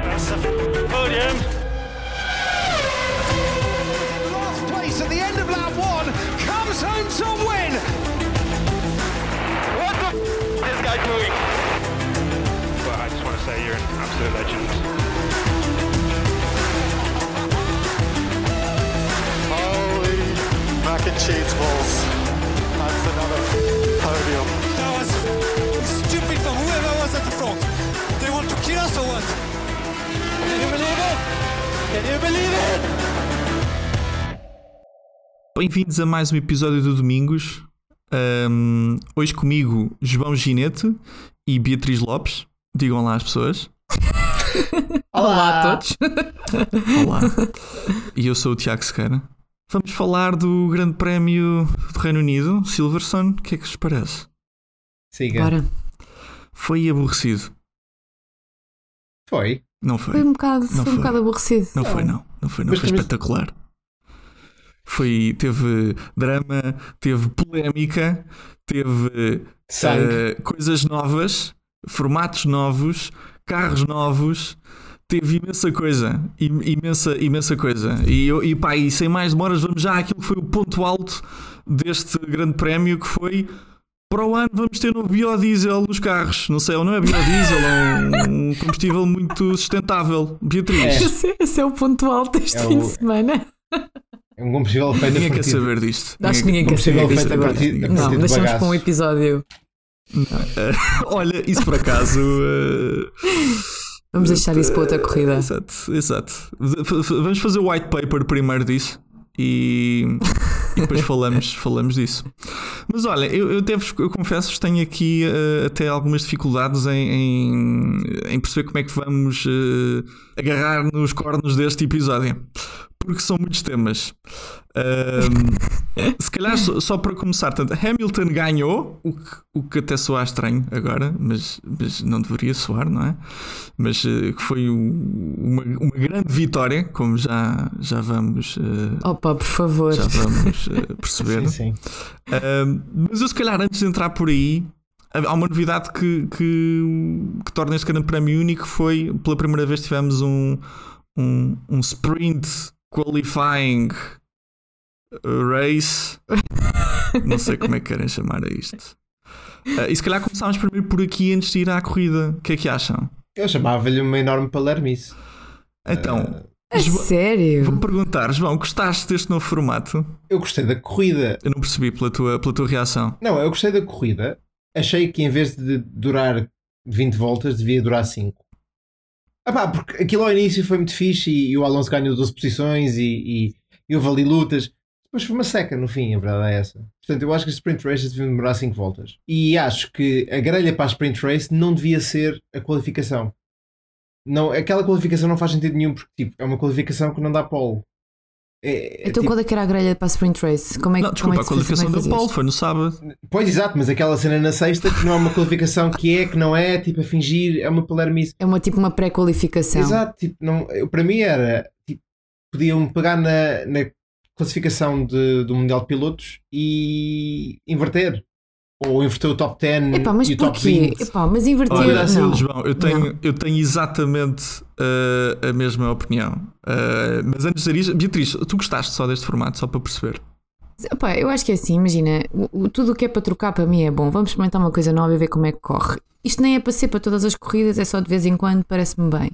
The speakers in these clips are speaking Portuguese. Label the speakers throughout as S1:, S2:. S1: Podium.
S2: Last place at the end of lap one comes home to win.
S1: What the f- this guy doing? But I just want to say you're an absolute legend.
S3: Holy mac and cheese balls. That's another podium.
S4: That was stupid from whoever was at the front. They want to kill us or what? Can you believe it? Can you believe it?
S5: Bem-vindos a mais um episódio do Domingos. Ahm, hoje comigo João Ginete e Beatriz Lopes. Digam lá às pessoas.
S6: Olá a todos.
S5: Olá. e eu sou o Tiago Sequeira. Vamos falar do Grande Prémio do Reino Unido, Silverstone. O que é que vos parece? É.
S6: Siga.
S7: Bora.
S5: Foi aborrecido.
S6: Foi.
S5: Não foi.
S7: Foi um bocado,
S5: Não
S7: foi
S5: foi.
S7: um bocado aborrecido.
S5: Não foi, não. Não foi, não.
S6: Então. Mas
S5: Foi
S6: também-
S5: espetacular. Foi, teve drama, teve polémica, teve
S6: Sangue.
S5: eh, coisas novas, formatos novos, carros novos. Teve imensa coisa, im- imensa, imensa coisa. E, eu, e pá, e sem mais demoras, vamos já àquilo que foi o ponto alto deste grande prémio, que foi para o ano vamos ter um biodiesel nos carros. Não sei, ou não é biodiesel, é um, um combustível muito sustentável. Beatriz,
S7: Esse, esse é o ponto alto deste
S6: É o-
S7: fim de semana.
S6: É um combustível feito a
S5: ninguém quer
S6: partir.
S5: saber disto. é
S7: Acho que ninguém quer
S6: combustível
S7: saber
S5: quer
S6: feito
S7: disto
S6: a
S5: saber
S7: agora.
S6: partir, a
S5: disso.
S6: partir
S7: Não,
S6: de
S7: deixamos para um
S6: bagaço.
S7: episódio.
S5: Olha, isso por acaso. eh,
S7: Vamos deixar isso para outra corrida.
S5: Exato, exato. V- f- f- Vamos fazer o white paper primeiro disso e, e depois falamos, falamos disso. Mas olha, eu, eu, devo- eu confesso que tenho aqui eh, até algumas dificuldades em, em, em perceber como é que vamos eh, agarrar nos cornos deste episódio. Porque são muitos temas. Ahm, se calhar só, só para começar, portanto, Hamilton ganhou, o que, o que até soa estranho agora, mas, mas não deveria soar, não é? mas eh, que foi um- uma, uma grande vitória, como já, já vamos, eh,
S7: Opa, por favor.
S5: já vamos eh, perceber.
S6: Sim, sim.
S5: Ahm, mas eu, se calhar, antes de entrar por aí, há uma novidade que, que, que torna este grande prémio único: foi pela primeira vez tivemos um, um, um sprint qualifying race. Não sei como é que querem chamar a isto. Ah, e se calhar começámos primeiro por aqui antes de ir à corrida. O que é que acham?
S6: Eu chamava-lhe uma enorme palermice.
S5: Então,
S7: A
S5: João-
S7: sério?
S5: Vou-me perguntar, João, gostaste deste novo formato?
S6: Eu gostei da corrida.
S5: Eu não percebi pela tua, pela tua reação.
S6: Não, eu gostei da corrida. Achei que em vez de durar 20 voltas, devia durar 5. Ah pá, porque aquilo ao início foi muito fixe e, e o Alonso ganhou 12 posições e, e, e houve ali lutas. Depois foi uma seca no fim, a verdade é essa. Portanto, eu acho que as sprint races deviam demorar 5 voltas. E acho que a grelha para a sprint race não devia ser a qualificação. Não, aquela qualificação não faz sentido nenhum, porque tipo, é uma qualificação que não dá pole. É, é,
S7: Então
S6: tipo,
S7: qual é que era a grelha para a Sprint Race? Como é, que-
S5: Não, desculpa,
S7: como é
S5: a
S7: que se fez-
S5: qualificação
S7: como é
S5: do
S7: que
S5: Paulo
S7: fazias?
S5: foi no sábado.
S6: Pois exato, mas aquela cena na sexta que não é uma qualificação que é, que não é, tipo a fingir, é uma palermice.
S7: É uma, tipo uma pré-qualificação.
S6: Exato, tipo, não, eu, para mim era tipo, podiam pegar na, na classificação de, do Mundial de Pilotos e inverter. Ou inverter o top 10
S7: Epá, mas
S6: e o top
S7: porquê?
S6: 20.
S7: Epá, mas inverter.
S5: Olha,
S7: não.
S5: João, eu tenho, eu tenho exatamente uh, a mesma opinião. Uh, mas antes de dizer isto, Beatriz, tu gostaste só deste formato, só para perceber.
S7: Epá, eu acho que é assim, imagina, o- o- tudo o que é para trocar para mim é bom. Vamos experimentar uma coisa nova e ver como é que corre. Isto nem é para ser para todas as corridas, é só de vez em quando, parece-me bem.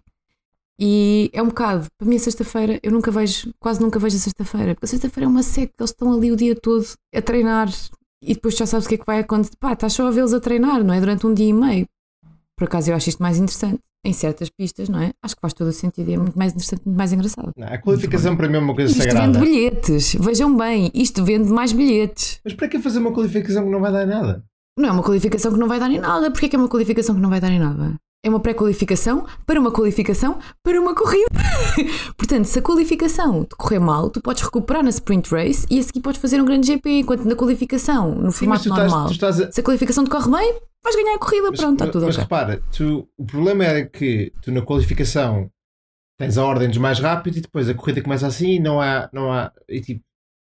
S7: E é um bocado, para mim a sexta-feira, eu nunca vejo, quase nunca vejo a sexta-feira, porque a sexta-feira é uma seca, eles estão ali o dia todo a treinar e depois já sabes o que é que vai acontecer. Pá, estás só a vê-los a treinar, não é? Durante um dia e meio. Por acaso eu acho isto mais interessante. em certas pistas, não é? Acho que faz todo o sentido e é muito mais interessante, muito mais engraçado.
S6: Não, a qualificação para mim é uma coisa
S7: Isto
S6: sagrada.
S7: vende bilhetes, vejam bem, isto vende mais bilhetes.
S6: Mas para que fazer uma qualificação que não vai dar nada?
S7: Não é uma qualificação que não vai dar em nada. Porquê que é uma qualificação que não vai dar em nada? É uma pré-qualificação para uma qualificação para uma corrida. Portanto, se a qualificação te correr mal, tu podes recuperar na sprint race e a seguir podes fazer um grande GP, enquanto na qualificação, no
S6: Sim, mas
S7: formato
S6: tu estás,
S7: normal.
S6: tu estás a-
S7: Se a qualificação te corre bem, vais ganhar a corrida.
S6: Mas,
S7: Então Pronto, está
S6: mas-
S7: tudo
S6: mas
S7: ok.
S6: repara, tu, o problema era que tu na qualificação tens a ordem dos mais rápidos e depois a corrida começa assim e não há. Não há e tipo,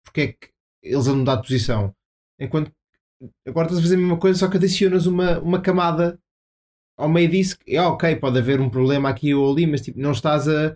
S6: porque é que eles andam de posição? Enquanto agora estás a fazer a mesma coisa, só que adicionas uma, uma camada ao meio disso. que, É ok, pode haver um problema aqui ou ali, mas tipo, não estás a,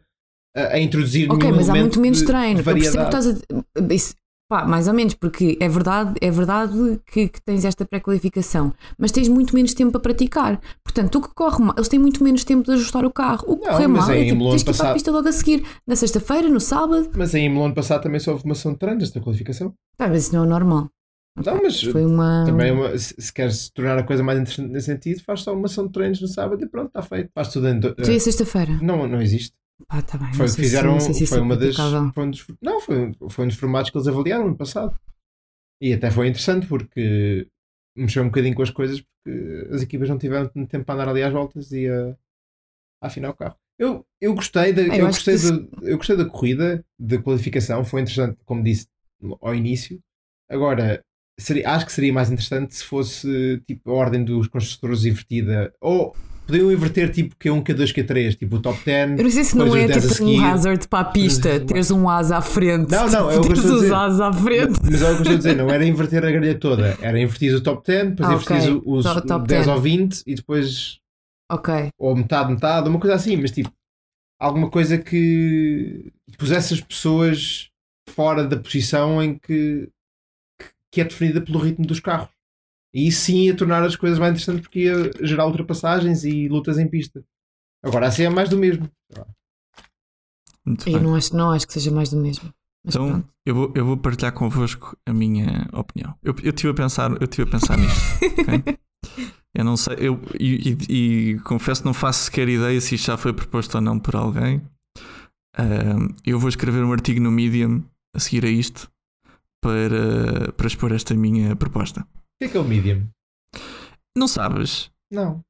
S6: a, a introduzir
S7: Ok,
S6: nenhum
S7: mas há
S6: elemento
S7: muito menos
S6: de- de
S7: treino. Eu percebo que
S6: variedade.
S7: estás a. Isso, pá, mais ou menos, porque é verdade, é verdade que, que tens esta pré-qualificação, mas tens muito menos tempo para praticar. Portanto, o que corre mal, eles têm muito menos tempo de ajustar o carro. O que
S6: Não,
S7: corre
S6: mas
S7: mal
S6: em
S7: é tipo,
S6: Imola
S7: tens que ir para
S6: passado-
S7: a pista logo a seguir, na sexta-feira, no sábado.
S6: Mas em Imola ano passado também só houve uma ação de treinos na qualificação.
S7: Pá, mas isso não é normal.
S6: Não, mas
S7: Foi uma.
S6: Também, é uma- se, se queres tornar a coisa mais interessante nesse sentido, faz só uma ação de treinos no sábado e pronto, está feito. Faz tudo em. do- eh,
S7: Tu ia sexta-feira.
S6: Não, não existe.
S7: Pá, tá bem.
S6: Foi,
S7: não sei
S6: fizeram,
S7: se, não sei se isso
S6: foi
S7: é
S6: uma das.
S7: praticável.
S6: Foi um dos, não, foi, foi um dos formatos que eles avaliaram no passado. E até foi interessante porque mexeu um bocadinho com as coisas porque as equipas não tiveram tanto tempo para andar ali às voltas e a afinar o carro. Eu, eu gostei da,
S7: Ah, eu
S6: eu
S7: acho que
S6: gostei da, eu gostei da corrida, da qualificação, foi interessante, como disse ao início. Agora, seria- acho que seria mais interessante se fosse tipo a ordem dos construtores invertida ou podiam inverter tipo Q1, Q2, Q3, tipo o top 10.
S7: Eu não sei se não
S6: depois
S7: é
S6: os 10 a
S7: tipo um
S6: seguir.
S7: hazard para a pista,
S6: Mas-
S7: teres um asa à frente.
S6: Não, não, é o que eu
S7: teres
S6: estou a
S7: os
S6: dizer.
S7: asas à frente.
S6: Mas é o que eu estou a dizer, não era inverter a grelha toda, era invertir o top 10, depois
S7: Ah,
S6: invertir
S7: ok.
S6: os
S7: Top- top
S6: 10
S7: 10.
S6: ou 20 e depois
S7: Ok.
S6: ou metade, metade, uma coisa assim, mas tipo, alguma coisa que pusesse as pessoas fora da posição em que, que- que é definida pelo ritmo dos carros. E isso sim ia tornar as coisas mais interessantes porque ia gerar ultrapassagens e lutas em pista. Agora assim é mais do mesmo.
S5: Muito
S7: Eu
S5: bem.
S7: não acho, não acho que seja mais do mesmo. Mas
S5: Então,
S7: pronto.
S5: eu vou, eu vou partilhar convosco a minha opinião. Eu eu estive a pensar, eu tive a pensar nisto. ok? Eu não sei, eu e, e- e confesso que não faço sequer ideia se isto já foi proposto ou não por alguém. Ahm, eu vou escrever um artigo no Medium a seguir a isto para, para expor esta minha proposta.
S6: O que é que é o medium?
S5: Não sabes?
S6: Não.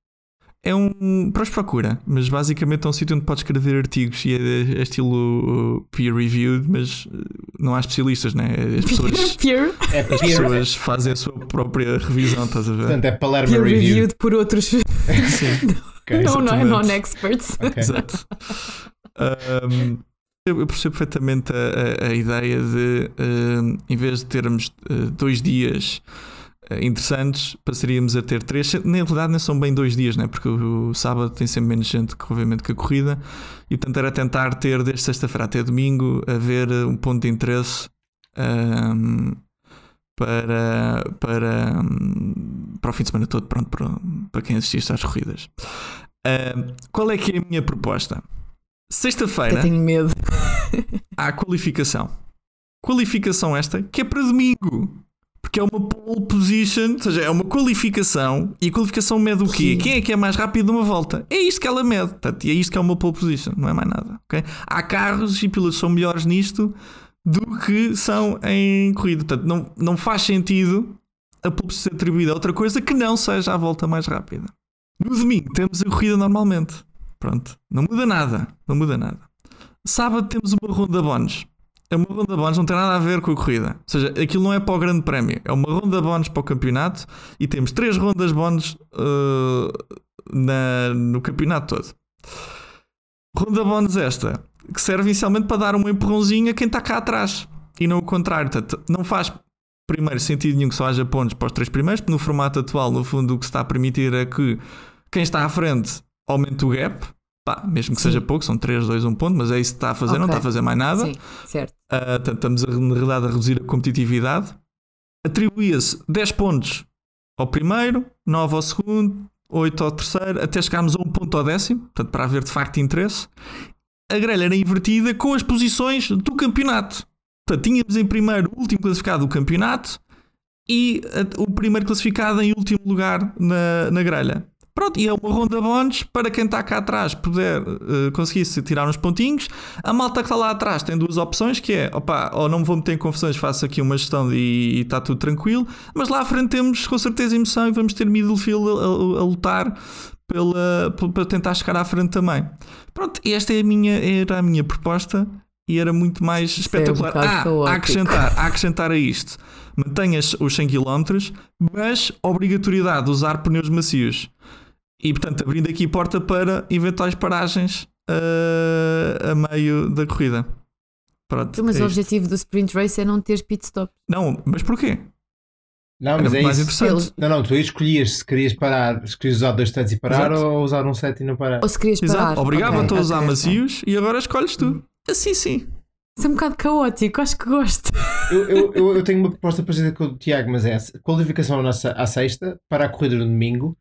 S5: É um. Para os procura, mas basicamente é um sítio onde podes escrever artigos e é, de- é estilo peer-reviewed, mas eh, não há especialistas, né? As pessoas.
S7: Peer
S6: É
S5: As
S6: peer,
S5: pessoas fazem a sua própria revisão, estás a ver?
S6: portanto, é Palermo
S7: peer
S6: Review.
S7: reviewed por outros
S5: Sim,
S6: Ok.
S7: não, não é
S5: exatamente.
S7: non-experts.
S6: Ok.
S5: exato. Ahm, eu eu percebo perfeitamente a, a- a ideia de, ahm, em vez de termos ah, dois dias ah, interessantes, passaríamos a ter três. Na realidade, não são bem dois dias, né? porque o, o sábado tem sempre menos gente, que, obviamente, que a corrida. E portanto, era tentar ter, desde sexta-feira até domingo, haver ah, um ponto de interesse. ahm, para, para, hum, para o fim de semana todo, pronto, para, para quem assiste às corridas. Hum, qual é que é a minha proposta?
S7: Eu
S5: Sexta-feira
S7: tenho medo.
S5: há a qualificação. Qualificação esta que é para domingo. Porque é uma pole position, ou seja, é uma qualificação e a qualificação mede o quê?
S7: Sim.
S5: Quem é que é mais rápido numa volta? É isto que ela mede, portanto, e é isto que é uma pole position, não é mais nada. ok? Há carros e pilotos que são melhores nisto do que são em corrida, portanto, não, não faz sentido a pole position ser atribuída a outra coisa que não seja a volta mais rápida. No domingo temos a corrida normalmente, pronto, não muda nada, não muda nada. Sábado temos uma ronda bónus. É uma ronda bónus, não tem nada a ver com a corrida. Ou seja, aquilo não é para o grande prémio. É uma ronda bónus para o campeonato e temos três rondas bónus eh, na- no campeonato todo. Ronda bónus esta, que serve inicialmente para dar um empurrãozinho a quem está cá atrás e não o contrário. Portanto, não faz primeiro sentido nenhum que só haja pontos para os três primeiros, porque no formato atual, no fundo, o que se está a permitir é que quem está à frente aumente o gap. Pá, mesmo que seja pouco, são 3, 2, 1 ponto, mas é isso que está a fazer, não
S7: Ok.
S5: está a fazer mais nada.
S7: Sim, certo.
S5: Ah, portanto, estamos a, na realidade a reduzir a competitividade. Atribuía-se 10 pontos ao primeiro, 9 ao segundo, 8 ao terceiro, até chegarmos a um ponto ao décimo, portanto, para haver de facto interesse. A grelha era invertida com as posições do campeonato. Portanto, tínhamos em primeiro o último classificado do eh, campeonato e a- o primeiro classificado em último lugar na, na grelha. Pronto, e é uma ronda bónus para quem está cá atrás poder eh, conseguir-se tirar uns pontinhos. A malta que está lá atrás tem duas opções, que é, opa, ou não me vou meter em confusões, faço aqui uma gestão e está tudo tranquilo. Mas lá à frente temos com certeza emoção e vamos ter Middlefield a, a- a lutar pela, p- para tentar chegar à frente também. Pronto, e esta é a minha, era a minha proposta e era muito mais
S7: é um
S5: espetacular.
S7: bocado
S5: ah,
S7: caótico.
S5: a acrescentar, a acrescentar a isto, mantenha os 100 km, mas obrigatoriedade de usar pneus macios. E portanto, abrindo aqui porta para eventuais paragens ah, a meio da corrida. Pronto,
S7: Mas
S5: é
S7: o
S5: isto.
S7: objetivo do sprint race é não ter pit stop.
S5: Não, mas porquê?
S6: Não,
S5: Era
S6: mas é
S5: mais
S6: isso.
S5: interessante.
S7: Eles-
S6: Não, não, tu aí escolhias se querias parar, se querias usar dois sets e parar
S5: Exato.
S6: ou usar um set e não parar.
S7: Ou se querias
S5: Exato,
S7: parar.
S5: obrigava-te
S7: Ok,
S5: a usar
S7: ok, ok.
S5: macios e agora escolhes
S6: Uhum.
S5: tu. Assim sim.
S7: Isso é um bocado caótico, acho que gosto.
S6: Eu, eu, eu, eu tenho uma proposta parecida com a do Tiago, mas é essa. qualificação na, se- à sexta para a corrida no domingo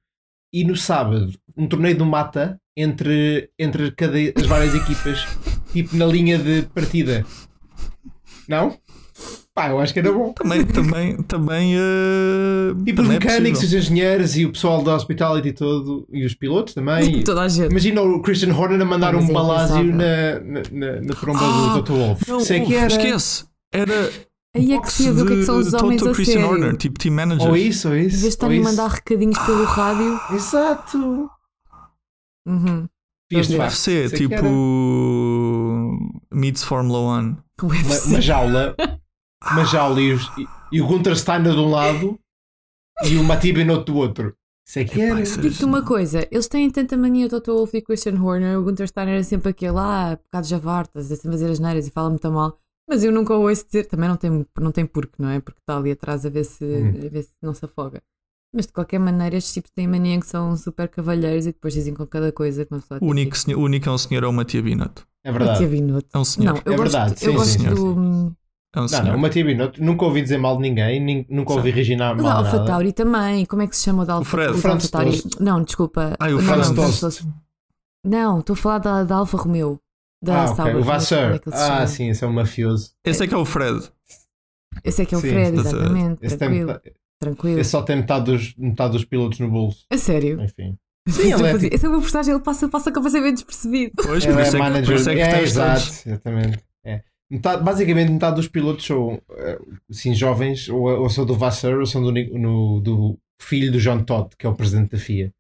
S6: e no sábado um torneio do mata entre, entre cada, as várias equipas, tipo na linha de partida. Não? Pá, eu acho que era bom.
S5: Também, também, também. eh,
S6: Tipo os
S5: também é
S6: mecânicos,
S5: possível.
S6: os engenheiros e o pessoal da hospitality todo e os pilotos também.
S7: Toda a gente.
S6: Imagina o Christian Horner a mandar
S7: Ah, mas
S6: um
S7: é
S6: balásio
S7: impensável.
S6: na, na, na, na tromba
S5: Ah,
S6: do Dr. Wolf.
S5: Não,
S6: Sei que
S5: uf,
S6: era.
S5: esquece. Era
S7: Aí é que
S5: boxe
S7: se vê o que é que são os
S5: de
S7: homens
S5: Toto
S7: a
S5: Christian
S7: sério.
S5: Horner, tipo team manager.
S6: Ou isso, ou
S7: Em
S6: isso.
S7: vez de estarem
S6: ou
S7: a
S6: isso.
S7: mandar recadinhos pelo rádio.
S6: Exato.
S7: Uhum.
S6: Fias de facto. Sei
S5: UFC,
S6: que
S5: tipo. Meets Formula 1.
S7: O
S6: Uma,
S7: UFC.
S6: uma jaula. Uma jaula e, os- e- e o Gunter Steiner de um lado e o Matibinot do outro. Isso é que era.
S7: Digo-te uma coisa, eles têm tanta mania do Dr. Wolff e Christian Horner, o Gunter Steiner é sempre aquele, ah, bocado javartas, é sempre a fazer as neiras e fala-me tão mal. Mas eu nunca o ouço dizer, também não tem, não tem porquê, não é? Porque está ali atrás a ver, se,
S5: Hum.
S7: a ver se não se afoga. Mas de qualquer maneira, estes tipos têm mania que são super cavalheiros e depois dizem com cada coisa que não só
S5: O único, senhor- o único é um senhor é o Matia Binotto.
S6: É
S7: tipo, Não,
S6: verdade.
S5: É um
S7: não,
S5: senhor.
S7: eu
S6: É
S7: gosto,
S6: verdade,
S7: eu
S6: sim,
S7: gosto
S5: sim,
S7: do.
S5: É um
S6: Não,
S5: senhor.
S6: não, o Matibinot. Nunca ouvi dizer mal de ninguém, nin- nunca ouvi reginar mal.
S7: Da
S6: de
S7: é Alpha
S6: nada.
S7: Tauri também, como é que se chama o da Alpha,
S5: Fred.
S7: da
S6: Franz
S7: Alpha Tauri?
S6: Tost.
S7: Não, desculpa.
S5: Ah, e o
S7: Não,
S5: Franz
S7: não,
S6: Tost.
S7: Tost. Não, estou a falar da, da Alfa Romeo. Da
S6: Ah, ok.
S7: Sauber, como é-
S6: O
S7: como
S6: Vassar.
S7: é que ele se
S6: ah,
S7: chama?
S6: sim, esse é um mafioso.
S5: Esse é que é o Fred.
S7: Esse é que é o
S6: Sim,
S7: Fred,
S5: esse-
S7: exatamente.
S6: Esse, tem,
S7: tranquilo,
S6: meta-
S7: tranquilo.
S6: esse só tem metade dos, metade dos pilotos no bolso.
S7: A sério.
S6: Enfim.
S7: Sim,
S6: ele é tipo-
S7: Esse é o meu personagem, ele passa, passa completamente despercebido.
S5: Pois, por
S6: Ele é
S5: isso é que- por
S6: manager.
S5: isso é que
S6: é,
S5: tens
S6: exato,
S5: tantos.
S6: exatamente. É. Metade- basicamente, metade dos pilotos são eh, assim, jovens, ou, ou são do Vassar, ou são do, Nic- no- do filho do John Todd, que é o presidente da FIA.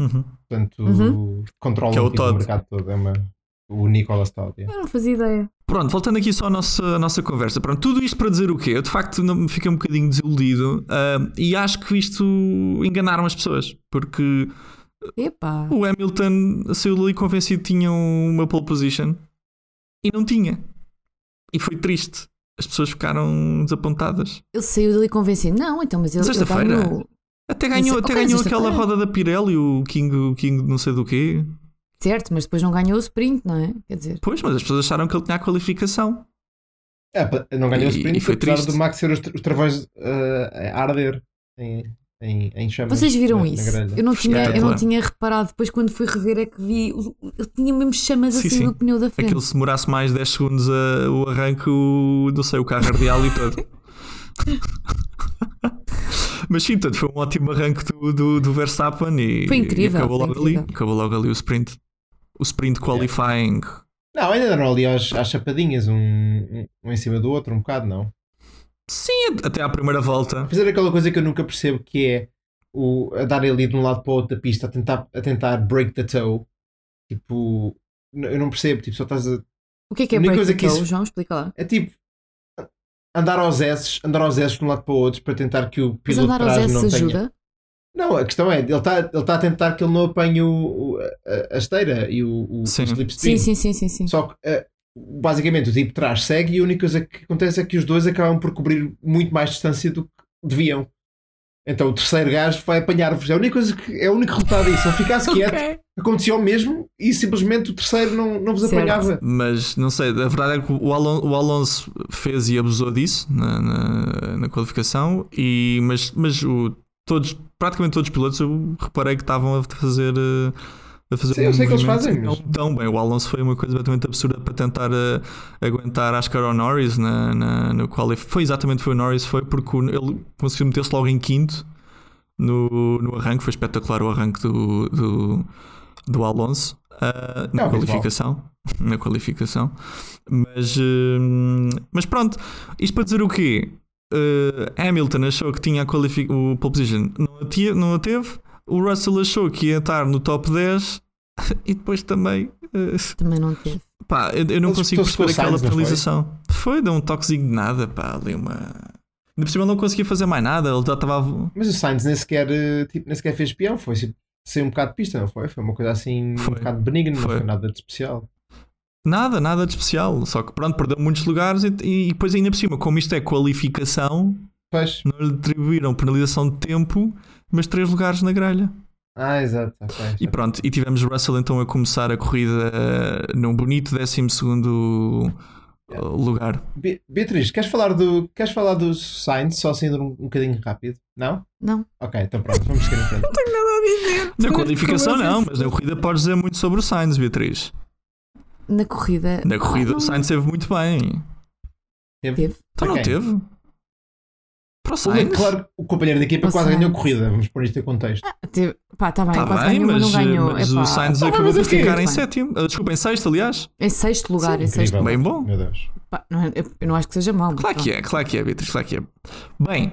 S5: Uhum.
S6: Portanto,
S7: Uhum.
S6: controla
S5: Que é o
S6: tipo,
S5: Todd.
S6: mercado todo. É uma, o Nicolas Todd. é.
S7: Eu não fazia ideia.
S5: Pronto, voltando aqui só à nossa, à nossa conversa. Pronto, tudo isto para dizer o quê? Eu de facto não, fiquei um bocadinho desiludido ah, e acho que isto enganaram as pessoas, porque
S7: Epá.
S5: o Hamilton saiu ali convencido que tinha um- uma pole position e não tinha. E foi triste. As pessoas ficaram desapontadas.
S7: Ele saiu dali convencido. Não, então, mas ele, ele
S5: Sexta-feira.
S7: ganhou.
S5: Até ganhou,
S7: Isso- é-
S5: até
S7: ok,
S5: ganhou
S7: sexta-feira.
S5: aquela roda da Pirelli, o King, o King não sei do quê.
S7: Certo, mas depois não ganhou o sprint, não é? Quer dizer,
S5: Pois, mas as pessoas acharam que ele tinha a qualificação.
S6: É, pá, não ganhou o
S5: E-
S6: sprint,
S5: e foi
S6: apesar
S5: triste.
S6: do Max ser os, tra- os travões eh, a arder em, em, em chamas.
S7: vocês viram
S6: na- na
S7: isso?
S6: grelha.
S7: eu, não tinha, eu não
S5: Espetacular.
S7: tinha reparado. Depois, quando fui rever, é que vi. o- Ele tinha mesmo chamas
S5: Sim,
S7: assim
S5: sim.
S7: do pneu da frente.
S5: Aquele se demorasse mais 10 segundos a- o arranque, o, não sei, o carro radial e todo. Mas sim, portanto, foi um ótimo arranque do, do, do Verstappen e,
S7: Foi incrível,
S5: e acabou
S7: foi
S5: logo ali.
S7: incrível.
S5: Acabou logo ali o sprint. O sprint qualifying.
S6: Não, ainda deram ali aos- às chapadinhas, um, um, um em cima do outro, um bocado, não?
S5: Sim, até à primeira volta.
S6: fazer aquela coisa que eu nunca percebo que é o a dar ali de um lado para o outro da pista a tentar, a tentar break the toe tipo n- eu não percebo tipo só estás a
S7: O que é que é
S6: A única
S7: break
S6: coisa
S7: the
S6: que isso-
S7: toe, João? Explica lá.
S6: é tipo andar aos S andar aos S de um lado para o outro para tentar que o
S7: Mas
S6: piloto
S7: andar aos
S6: atrás
S7: S
S6: não tenha
S7: ajuda?
S6: não a questão é ele está ele tá a tentar que ele não apanhe o, o- a, a esteira e o, o, o
S5: Sim.
S6: slipstream
S7: Sim, sim, sim, sim. sim.
S6: só que eh, basicamente o tipo de trás segue e a única coisa que acontece é que os dois acabam por cobrir muito mais distância do que deviam. Então o terceiro gajo vai apanhar-vos. É a única coisa que é o único resultado disso. Se ele ficasse quieto,
S7: Ok.
S6: aconteceu o mesmo e simplesmente o terceiro não, não vos
S7: Certo.
S6: apanhava.
S5: Mas não sei, a verdade é que o Alon- o Alonso, fez e abusou disso na, na- na qualificação, e, mas, mas o- todos, praticamente todos os pilotos eu reparei que estavam a fazer. eh, A fazer
S6: Sim, eu sei que eles
S5: movimento
S6: fazem,
S5: não
S6: mas-
S5: tão bem. O Alonso foi uma coisa completamente absurda para tentar eh, aguentar, acho que era o Norris na, na, no qualif- Foi exatamente foi o Norris, foi porque o- ele conseguiu meter-se logo em quinto no, no arranque. Foi espetacular o arranque do, do, do Alonso ah, na
S6: É o
S5: qualificação. Na qualificação. Mas, hum, mas pronto, isto para dizer o quê? Uh, Hamilton achou que tinha a qualifi- o pole position, não a, tinha- não a teve. O Russell achou que ia estar no top 10 e depois também. uh,
S7: Também não teve.
S5: Pá, eu, eu não
S6: Ele
S5: consigo
S6: disputou-se com
S5: perceber
S6: o
S5: aquela
S6: Sainz, não foi?
S5: penalização. Foi, deu um toquezinho de nada, pá, ali uma. Ainda por cima ele não conseguia fazer mais nada, ele já estava. a-
S6: Mas o Sainz nem sequer, eh, tipo, nem sequer fez peão, foi tipo, saiu um bocado de pista, não foi? Foi uma coisa assim,
S5: Foi.
S6: um bocado benigna, não
S5: Foi.
S6: foi nada de especial.
S5: Nada, nada de especial. Só que pronto, perdeu muitos lugares e, e depois ainda por cima, como isto é qualificação,
S6: Pois.
S5: não lhe atribuíram penalização de tempo, mas três lugares na grelha.
S6: Ah, exato. ok,
S5: E
S6: exato.
S5: pronto, e tivemos Russell então a começar a corrida eh, num bonito 12 segundo uh, lugar.
S6: Be- Beatriz, queres falar do, queres falar do Sainz, só sendo um, um bocadinho rápido? Não?
S7: Não.
S6: Ok, então pronto, vamos seguir em frente.
S5: Na qualificação não, mas na corrida podes dizer muito sobre o Sainz, Beatriz.
S7: Na corrida.
S5: Na corrida
S7: Ah, não-
S5: o Sainz teve muito bem.
S7: Teve.
S5: Então não
S6: Ok.
S5: teve? Para o
S6: O
S5: Sainz?
S6: Leclerc, o companheiro da equipa,
S7: O
S6: quase ganhou a
S7: Sainz. Ah,
S6: corrida, vamos pôr isto em contexto.
S7: Teve. Pá, está bem,
S5: Tá
S7: quase
S5: bem,
S7: ganhou, mas,
S5: mas,
S7: não ganhou.
S5: mas
S7: Epá, Então
S5: o Sainz
S6: Tá bem,
S5: acabou
S6: mas
S5: por
S6: o quê?
S5: ficar em
S7: Muito bem.
S5: sétimo. Ah, Desculpa, em sexto, aliás.
S7: Em É sexto lugar, em sexto
S6: Incrível.
S5: Bem bom.
S6: Meu Deus.
S7: Pá, não é- eu não acho que seja mau. mas
S5: Claro que
S7: pronto.
S5: é, claro que é, Beatriz, claro que é. Bem,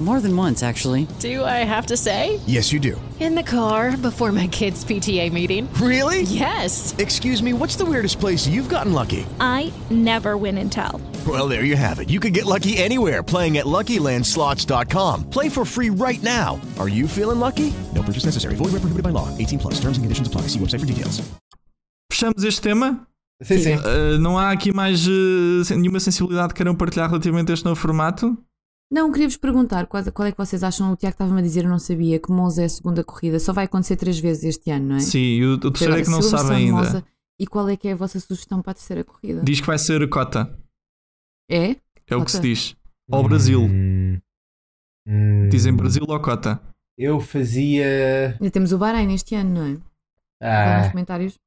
S4: More than once, actually.
S8: Do I have to say?
S9: Yes, you do.
S8: In the car before my kids' PTA meeting.
S9: Really?
S8: Yes.
S9: Excuse me, what's the weirdest place you've gotten lucky?
S8: I never win and tell.
S9: Well, there you have it. You can get lucky anywhere playing at LuckyLandSlots.com. Play for free right now. Are you feeling lucky? No purchase necessary. Void where prohibited by law. 18 plus. Terms and conditions apply. See website for details.
S5: fechamos este tema.
S6: Sim, sim.
S5: Ah, não há aqui mais ah, sem- nenhuma sensibilidade que queiram partilhar relativamente a este novo formato.
S7: Não, queria-vos perguntar qual, qual é que vocês acham. O Tiago estava-me a dizer, eu não sabia, que Monza é a segunda corrida. Só vai acontecer três vezes este ano, não é?
S5: Sim, e o, o terceiro
S7: Agora,
S5: é que não
S7: sugestão
S5: sabem
S7: de
S5: ainda.
S7: Monza. E qual é que é a vossa sugestão para a terceira corrida?
S5: Diz que vai ser cota.
S7: É?
S5: É o que
S7: Cota.
S5: se diz. Ao Brasil.
S6: Hum. Hum.
S5: Dizem Brasil ou cota.
S6: Eu fazia.
S7: Ainda temos o Bahrein este ano, não é? Vão nos
S6: Ah,
S7: comentários.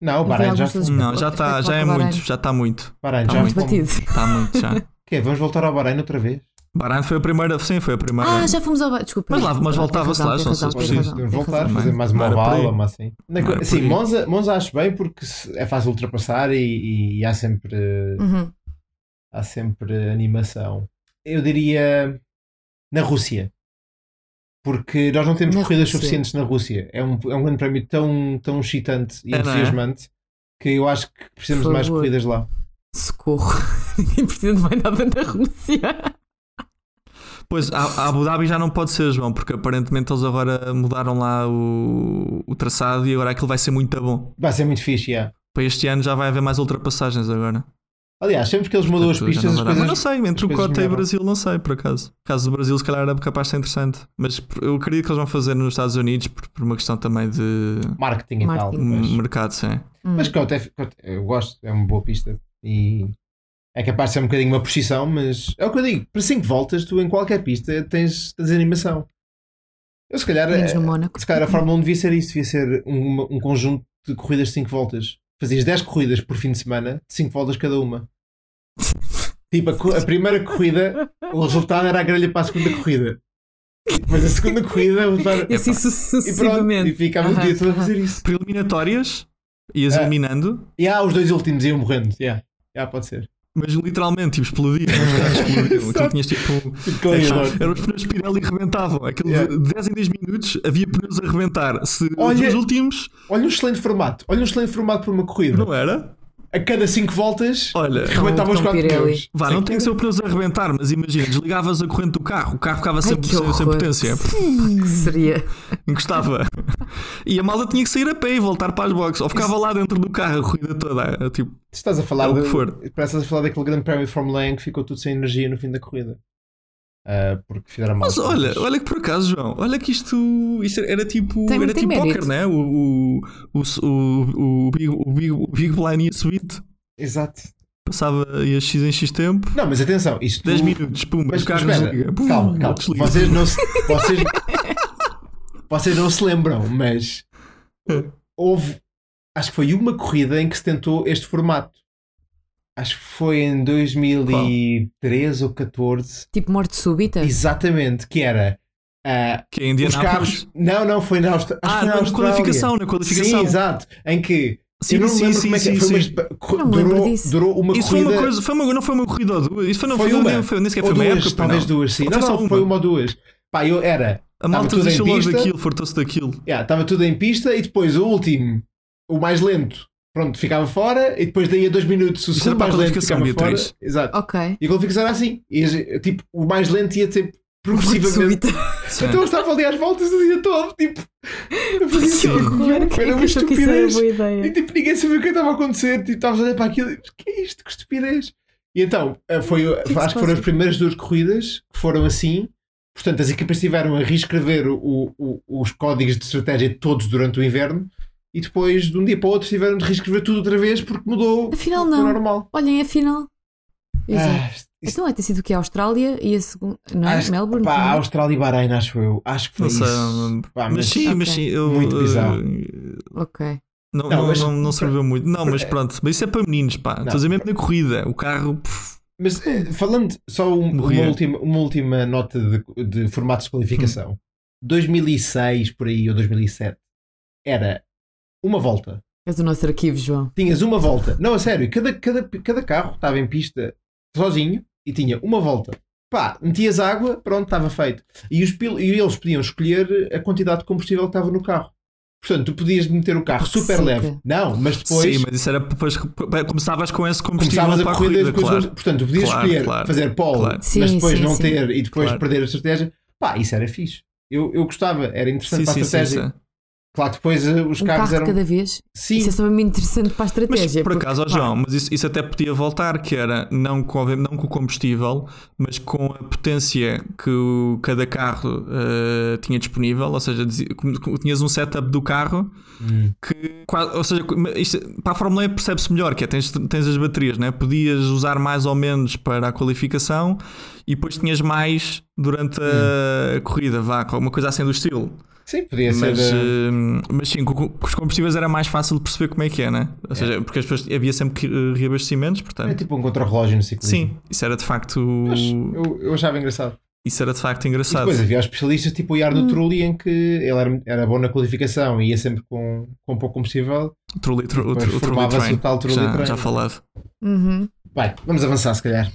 S6: não, o
S7: vi
S6: Bahrein já
S7: algumas
S6: foi.
S7: coisas-
S5: Não, já está, já é
S7: Bahrein.
S5: muito, já está muito.
S6: Bahrein
S5: Tá
S6: já
S5: muito
S6: foi.
S7: Batido.
S5: Está muito já.
S6: Ok, vamos voltar ao Bahrein outra vez.
S5: Bahrein foi a primeira, sim, foi a primeira.
S7: Ah, já fomos ao Bahrein. Desculpa.
S5: Mas lá- mas
S7: Tem
S5: voltava-se
S7: razão,
S5: lá,
S7: tem
S5: só se
S7: razão,
S5: fosse
S7: tem
S6: Sim,
S5: preciso.
S7: razão, tem
S6: voltar,
S7: razão.
S6: fazer mais uma
S5: Não era por aí.
S6: oval, uma assim. Na
S5: Não
S6: co-
S5: era por
S6: Sim,
S5: aí.
S6: Monza, Monza acho bem porque se- é fácil ultrapassar e, e há, sempre, eh,
S7: Uhum.
S6: há sempre animação. Eu diria na Rússia. Porque nós não temos
S7: Na
S6: corridas
S7: Rússia.
S6: suficientes na Rússia. É um, é um grande prémio tão, tão excitante e
S5: É, não é?
S6: entusiasmante que eu acho que precisamos
S7: Por
S6: de mais
S7: favor.
S6: corridas lá.
S7: Socorro. Ninguém precisa de mais nada da Rússia.
S5: Pois, a, a Abu Dhabi já não pode ser, João, porque aparentemente eles agora mudaram lá o, o traçado e agora aquilo vai ser muito bom.
S6: Vai ser muito fixe, yeah.
S5: Para este ano já vai haver mais ultrapassagens agora.
S6: Aliás, sempre que eles mudam as
S5: Portanto, já
S6: pistas,
S5: não
S6: as
S5: vai dar. Mas
S6: coisas.
S5: não sei, entre
S6: as
S5: o
S6: coisas
S5: Cota e o
S6: melhoram.
S5: Brasil, não sei, por acaso. O caso do Brasil, se calhar, era capaz de ser interessante. Mas eu acredito que eles vão fazer nos Estados Unidos por, por uma questão também de
S6: Marketing,
S7: Marketing.
S6: e tal. Mas,
S5: mercado, sim.
S7: Hum.
S6: mas que eu, até, que eu até- eu gosto, é uma boa pista. E é capaz de ser um bocadinho uma precisão, mas é o que eu digo: para 5 voltas, tu em qualquer pista tens, tens animação. Eu, se calhar,
S7: Menos no
S6: eh,
S7: Mónaco.
S6: se calhar a Fórmula 1 devia ser isso: devia ser um, um conjunto de corridas de 5 voltas. Fazias 10 corridas por fim de semana, de 5 voltas cada uma. Tipo, a, co- a primeira corrida, o resultado era a grelha para a segunda corrida. E depois a segunda corrida, o resultado.
S7: E assim
S6: E pronto, e
S7: sucessivamente.
S6: ficava o dia todo a
S7: Aham,
S6: fazer isso.
S5: Preliminatórias, ias
S6: É.
S5: eliminando,
S6: E ah, os dois últimos iam morrendo. Yeah. Yeah, pode ser.
S5: mas literalmente, tipo, explodiam. Os carros explodiam. Aquilo
S6: Exato.
S5: tinhas tipo.
S6: Tipo gladiador.
S5: Eram os pneus Pirelli que rebentavam. Aquilo
S6: Yeah.
S5: de 10 em 10 minutos havia pneus a rebentar. Se
S6: Olha-
S5: os últimos,
S6: Olha um excelente formato. Olha um excelente formato para uma corrida.
S5: não era?
S6: A cada 5 voltas,
S5: Olha,
S6: rebentavam os 4
S7: Então, Pirelli.
S6: pneus.
S5: vá, não tem que ser pneus a rebentar, mas imagina, desligavas a corrente do carro, o carro ficava
S7: Ai,
S5: sempre
S7: que
S5: sem, sem
S7: horror.
S5: potência,
S7: Sim, que seria.
S5: encostava. E a malta tinha que sair a pé e voltar para as boxes, ou ficava lá dentro do carro a corrida toda. Tipo,
S6: Estás a falar
S5: É o que
S6: do-
S5: for.
S6: parece que estás a falar daquele grande prémio de Fórmula 1 que ficou tudo sem energia no fim da corrida. Ah, porque fizeram mal.
S5: Mas olha, olha que por acaso, João, olha que isto, isto era tipo.
S7: Tem-
S5: era
S7: tem
S5: tipo
S7: mérito.
S5: póquer, né? O, o, o, o, o, big, o, big, o Big Blind ia subindo,
S6: Exato.
S5: passava ia X em X tempo,
S6: Não, mas atenção, isto.
S5: 10 minutos, pum,
S6: Mas
S5: os carros
S6: espera,
S5: desliga, pum,
S6: calma, calma.
S5: desliga.
S6: Vocês não se. Vocês,
S5: É.
S6: vocês não se lembram, mas houve acho que foi uma corrida em que se tentou este formato. Acho que foi em 2013 ou 14.
S7: Tipo morte súbita?
S6: Exatamente, que era. ah,
S5: Que é em Indianápolis?
S6: Os carros... Não, não, foi na, Austra... acho que
S5: Ah,
S6: foi na
S5: na
S6: Austrália.
S5: qualificação, na qualificação.
S6: Sim, exato. Em que.
S5: Sim,
S6: eu não me
S5: sim,
S6: lembro
S5: sim,
S6: como é que
S5: sim,
S6: foi,
S5: sim.
S6: mas co-
S7: Não me lembro
S6: durou,
S7: disso.
S6: durou uma
S5: Isso foi
S6: corrida.
S5: uma coisa, foi uma, não foi uma corrida ou duas, isso foi, não,
S6: Foi
S5: não-
S6: uma.
S5: nem- foi, nem sequer
S6: ou
S5: foi uma
S6: duas,
S5: época,
S6: talvez
S5: não.
S6: duas, sim.
S5: Ou
S6: Não,
S5: foi só
S6: não,
S5: uma.
S6: foi uma ou duas. Pá, eu era.
S5: A
S6: estava
S5: malta
S6: tudo em
S5: desistiu logo
S6: pista.
S5: daquilo, fartou-se daquilo.
S6: Yeah, estava tudo em pista e depois o último, o mais lento, pronto, ficava fora e depois daí a dois minutos o
S5: Isso era
S6: segundo
S5: para a
S6: mais lento
S5: qualificação,
S6: ficava
S5: dia
S6: fora.
S5: três.
S6: Exato.
S7: Ok.
S6: E a qualificação era assim. E, eh, tipo, o mais lento ia sempre progressivamente.
S5: Sim.
S6: então eu estava ali às voltas o dia todo, tipo. não fazia
S5: Sim.
S6: sentido nenhum,
S7: Quem é
S6: Era
S7: que
S6: uma
S7: achou que isso era
S6: estupidez.
S7: boa
S6: E
S7: ideia?
S6: tipo, ninguém sabia o que estava a acontecer. Tipo, estavas a olhar para aquilo e que é isto? Que estupidez. E então, eh, foi,
S7: se
S6: acho que foram
S7: passa?
S6: as primeiras duas corridas que foram assim. Portanto, as equipas tiveram a reescrever o- o- os códigos de estratégia todos durante o inverno e depois, de um dia para o outro, tiveram de reescrever tudo outra vez porque mudou
S7: Afinal,
S6: o
S7: não.
S6: normal.
S7: Olhem, afinal. Exato.
S6: Ah, isto-
S7: Então é ter sido que a Austrália e a segunda. Não é?
S6: acho-
S7: Melbourne?
S6: pá,
S7: não é?
S6: Austrália e Bahrein, acho eu. Acho que foi
S5: Não sei,
S6: é isso. Pá, é
S5: mas, sim, mas
S7: Ok.
S5: sim, eu,
S6: Muito
S5: eh,
S6: bizarro.
S7: Ok.
S5: Não,
S6: Não,
S5: não,
S6: mas-
S5: não, não serviu muito. Não, mas pronto, mas isso é para meninos, pá. Estou a dizer mesmo na corrida, o carro. pff,
S6: Mas eh, falando só um- uma,
S5: Morria.
S6: última, uma última nota de, de formatos de qualificação. 2006 por aí ou 2007 era uma volta.
S7: És o nosso arquivo, João.
S6: Tinhas uma volta. Não, a sério, cada, cada, cada carro estava em pista sozinho e tinha uma volta. Pá, metias água, pronto, estava feito. E, os pil- e eles podiam escolher a quantidade de combustível que estava no carro. Portanto, tu podias meter o carro super
S7: Seca.
S6: leve. Não, mas depois
S5: Sim, mas isso era depois que para- começavas com esse combustível
S6: começavas
S5: para
S6: a corrida, e depois,
S5: claro.
S6: portanto, podias
S5: Claro,
S6: escolher
S5: claro,
S6: fazer pole,
S5: claro.
S7: Sim,
S6: mas depois
S7: sim,
S6: não
S7: sim.
S6: ter e depois
S5: Claro.
S6: perder a estratégia. Pá, isso era fixe. Eu, eu gostava, era interessante
S5: Sim,
S6: para a
S5: sim, sim,
S6: estratégia.
S5: sim.
S6: Claro que depois eh, os
S7: Um
S6: carros
S7: carro
S6: eram.
S7: cada vez.
S6: Sim,
S7: Isso é também muito interessante para a
S5: Mas
S7: estratégia.
S5: por
S7: porque,
S5: acaso, ó,
S7: pá,
S5: João, mas isso, isso até podia voltar, que era não com, obviamente, não com o combustível, mas com a potência que o- cada carro eh, tinha disponível, ou seja, dizia- como- como tinhas um setup do carro que qua- ou seja, isto- para a Fórmula E percebe-se melhor, que é tens, tens as baterias, né? podias usar mais ou menos para a qualificação e depois tinhas mais durante a, a corrida, vá, com uma coisa assim do estilo.
S6: sim, podia
S5: Mas,
S6: ser. eh,
S5: hum, mas sim, com, com os combustíveis era mais fácil de perceber como é que é, né? Ou seja, porque as pessoas havia sempre que, eh, reabastecimentos,
S6: Era
S5: portanto.
S6: tipo um contrarrelógio no ciclismo.
S5: Sim, isso era de facto.
S6: Mas eu, eu achava engraçado.
S5: Isso era de facto
S6: E
S5: engraçado.
S6: depois havia os especialistas, tipo o
S7: Hum.
S6: Jarno Trulli, em que ele era, era bom na qualificação e ia sempre com, com pouco combustível.
S5: O Trulli, tru, o
S6: depois
S5: tru- o Trulli
S6: formava-se
S5: Train,
S6: o tal Trulli
S5: já,
S6: Train.
S5: já falado.
S7: Uhum.
S6: Vai, vamos avançar, se calhar.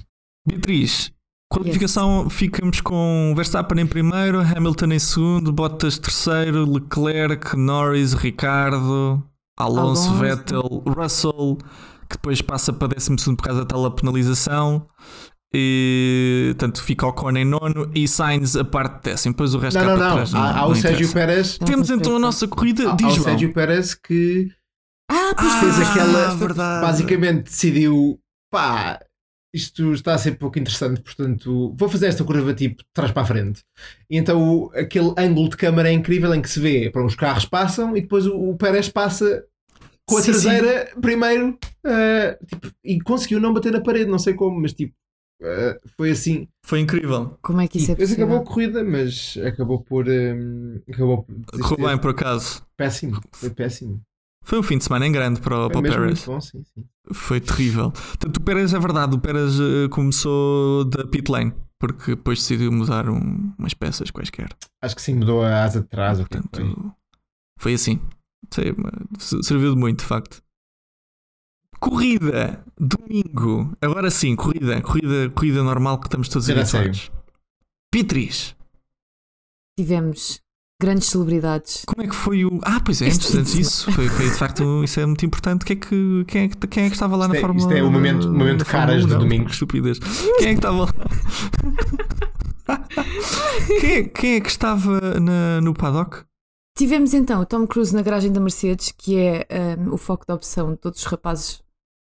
S5: Beatriz, qualificação ficamos com Verstappen em primeiro, Hamilton em segundo, Bottas terceiro, Leclerc, Norris, Ricardo, Alonso,
S7: Alonso.
S5: Vettel, Russell, que depois passa para décimo segundo por causa da tal penalização. E tanto fica o Ocon em nono e Sainz a parte de décimo. Depois o resto
S6: Não,
S5: cá
S6: não,
S5: para
S6: não.
S5: trás,
S6: Há, há o Sérgio
S5: interessa.
S6: Pérez.
S7: Tá,
S5: Temos então a nossa corrida,
S6: Há, há
S5: diz
S6: o
S5: João.
S6: Sérgio Pérez que
S7: Ah, pois
S6: fez
S7: foi.
S6: aquela-
S5: verdade.
S6: basicamente decidiu pá, isto está a ser pouco interessante, portanto vou fazer esta curva tipo de trás para a frente. E então o- aquele ângulo de câmara é incrível em que se vê, para os carros passam e depois o, o Pérez passa com a
S5: Sim, sim.
S6: traseira primeiro ah, tipo, e conseguiu não bater na parede, não sei como, mas tipo ah, foi assim.
S5: Foi incrível.
S7: Como é que
S6: E
S7: isso é
S6: depois acabou a
S7: possível?
S6: corrida, mas acabou por. hum, acabou por desistir.
S5: Correu bem, por acaso.
S6: Péssimo, foi péssimo.
S5: Foi um fim de semana em grande para, o-
S6: Foi
S5: para o
S6: mesmo
S5: Paris.
S6: muito bom, sim, sim.
S5: Foi terrível. Portanto, o Pérez é verdade, o Pérez eh, começou da pit lane, porque depois decidiu mudar um- umas peças quaisquer.
S6: Acho que sim, mudou a asa de trás. o que é que foi.
S5: Portanto, foi assim. Sei, mas se- Serviu de muito, de facto. Corrida, domingo. Agora sim, corrida, corrida, corrida normal que estamos todos
S6: Corrida a
S5: habituados. Beatriz,
S7: Tivemos grandes celebridades.
S5: como é que foi o. Ah, pois é,
S7: Este
S5: antes,
S7: fim de
S5: antes disso, foi, foi de facto, um- isso é muito importante. Quem é que, quem é que, quem é que estava lá
S6: Isto
S5: na
S6: é-
S5: Fórmula
S6: isto é o momento- o momento
S5: na
S6: caras
S5: Fórmula
S6: do
S5: um?
S6: domingo.
S5: Que estupidez. Quem é que estava lá? quem, é, quem é que estava na- no paddock?
S7: Tivemos então o Tom Cruise na garagem da Mercedes, que é hum, o foco da opção de todos os rapazes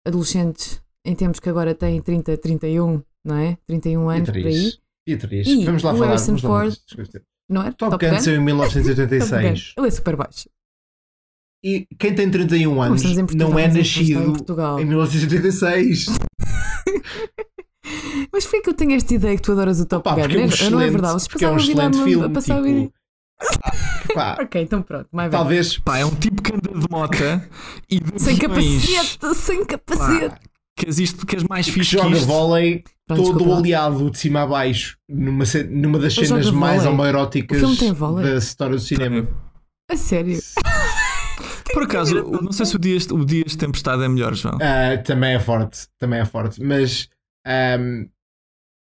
S7: adolescentes em tempos que agora têm 30, 31, não é? 31 anos por aí.
S6: Beatriz. Beatriz,
S7: E
S6: vamos lá
S7: o
S6: falar.
S7: Harrison
S6: vamos lá falar
S7: Ford.
S6: destas coisas.
S7: Não é?
S6: Top
S7: Gun?
S6: Gun saiu em
S7: Top Gun.
S6: 1986.
S7: Ele é super baixo.
S6: E quem tem 31
S7: Nós
S6: anos
S7: estamos em Portugal,
S6: não é
S7: mas ele está em
S6: nascido
S7: Portugal.
S6: em 1986.
S7: Mas porquê é que eu tenho esta ideia que tu adoras o Top
S6: Pá,
S7: Gun?
S6: porque é um
S7: Não é- não é
S6: excelente,
S7: verdade? Vocês
S6: porque é um
S7: passavam a vida a
S6: excelente
S7: me- a
S6: filme.
S7: passar a vida-
S6: tipo, Pá,
S7: Ok, então pronto. mais bem.
S6: talvez.
S5: Pá, é um tipo que anda de mota e de
S7: Sem
S5: aviões.
S7: capacete, sem capacete.
S5: Queres isto, queres mais
S6: que
S5: fixe que
S6: joga
S5: isto?
S6: vôlei
S7: Pronto,
S6: todo
S7: desculpa lá.
S6: oleado de cima a baixo numa, ce- numa das
S7: Ele
S6: cenas
S7: joga
S6: mais
S7: vôlei.
S6: homoeróticas
S7: O filme tem vôlei?
S6: da história do cinema.
S7: A sério.
S5: Por acaso, o- não sei se o dia, o dia de tempestade é melhor, João.
S6: Ah, também é forte, também é forte. Mas ahm,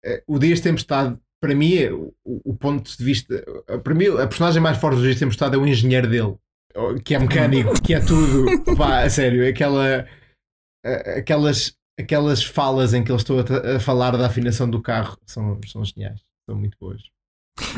S6: eh, o Dias de Tempestade, para mim, é o, o ponto de vista. Para mim, a personagem mais forte do Dias de Tempestade é o engenheiro dele, oh, que é mecânico, que é tudo. Pá, a sério, aquela, ah, aquelas, aquelas falas em que eles estão a, tra- a falar da afinação do carro são, são geniais, são muito boas.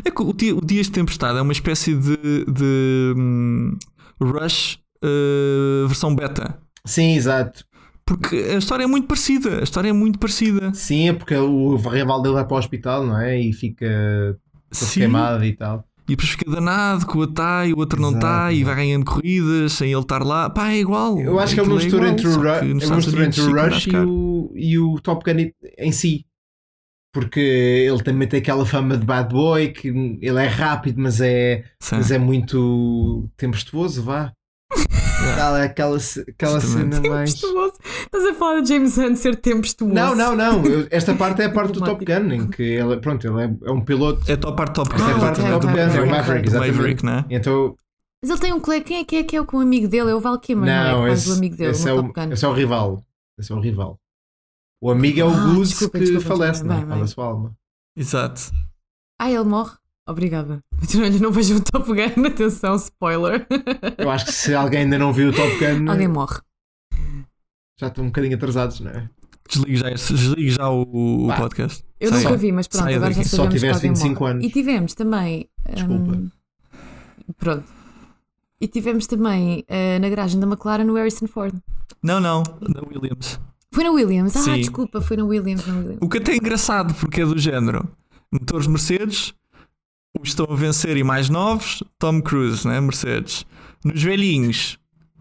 S5: É que o dia, o Dias de tempestade é uma espécie de, de, hum, Rush eh, versão beta.
S6: Sim, exato.
S5: Porque a história é muito parecida. A história é muito parecida.
S6: Sim, é porque o rival dele vai para o hospital, não é? E fica todo
S5: Sim.
S6: queimado e tal.
S5: E depois fica danado que o está e o outro não
S6: Exato.
S5: está e vai ganhando corridas sem ele estar lá. Pá, é igual.
S6: Eu acho que é uma
S5: Aquilo
S6: mistura
S5: igual,
S6: entre o,
S5: só
S6: Ru-
S5: que
S6: é
S5: nos
S6: uma
S5: Estados
S6: mistura entre o
S5: Unidos
S6: Rush e
S5: fica a rascar.
S6: o, e o Top Gun em- em si. Porque ele também tem aquela fama de bad boy, que ele é rápido, mas é,
S5: Sim.
S6: mas é muito tempestuoso, vá. Aquela, aquela, ce- aquela
S5: Exatamente.
S6: cena mais.
S7: Tempestuoso. Estás a falar de James Hunt ser tempestuoso.
S6: Não, não, não. Eu- esta parte é a parte do Top
S7: Diplomático.
S6: Gun, em que ele, pronto, ele é, é um piloto.
S5: É top part top.
S6: Esta é a parte do
S7: exatamente,
S6: Top Gun,
S7: do
S6: é o
S7: Maverick.
S6: Maverick,
S5: Maverick,
S6: exatamente.
S5: né?
S6: Então
S7: Mas ele tem um colega. Quem é que é que é com o amigo dele? É o Val Kilmer, não, é? Quase o amigo dele.
S6: esse
S7: no
S6: é o,
S7: Top Gun.
S6: esse é o rival. Esse é o rival. O amigo é o
S7: Ah,
S6: Goose
S7: desculpa,
S6: que
S7: desculpa,
S6: falece,
S7: desculpa.
S6: não é?
S7: Vai,
S6: Fala
S7: vai.
S6: a sua alma.
S5: Exato.
S6: é
S7: Ah, ele morre? Obrigada. Então, olha, não vejo o Top Gun. Atenção, spoiler.
S6: Eu acho que se alguém ainda não viu o Top Gun,
S7: Alguém morre.
S6: já estão um bocadinho atrasados, não é?
S5: Desligo já, este- desligo já o, o
S6: Pá,
S5: podcast.
S7: Eu
S5: Sai.
S7: nunca vi, mas pronto,
S5: Saia
S7: agora já
S5: daqui.
S6: Só
S7: sabemos que
S6: tiveste
S7: alguém
S6: 25
S7: morre.
S6: anos.
S7: E tivemos também.
S6: Desculpa.
S7: hum, pronto. E tivemos também eh, na garagem da McLaren o Harrison Ford.
S5: Não, não. Da Williams.
S7: Foi na Williams. Ah,
S5: Sim.
S7: desculpa, foi na Williams, na Williams.
S5: O que até é engraçado, porque é do género. Motores Mercedes, os estão a vencer e mais novos, Tom Cruise, né? Mercedes. Nos velhinhos,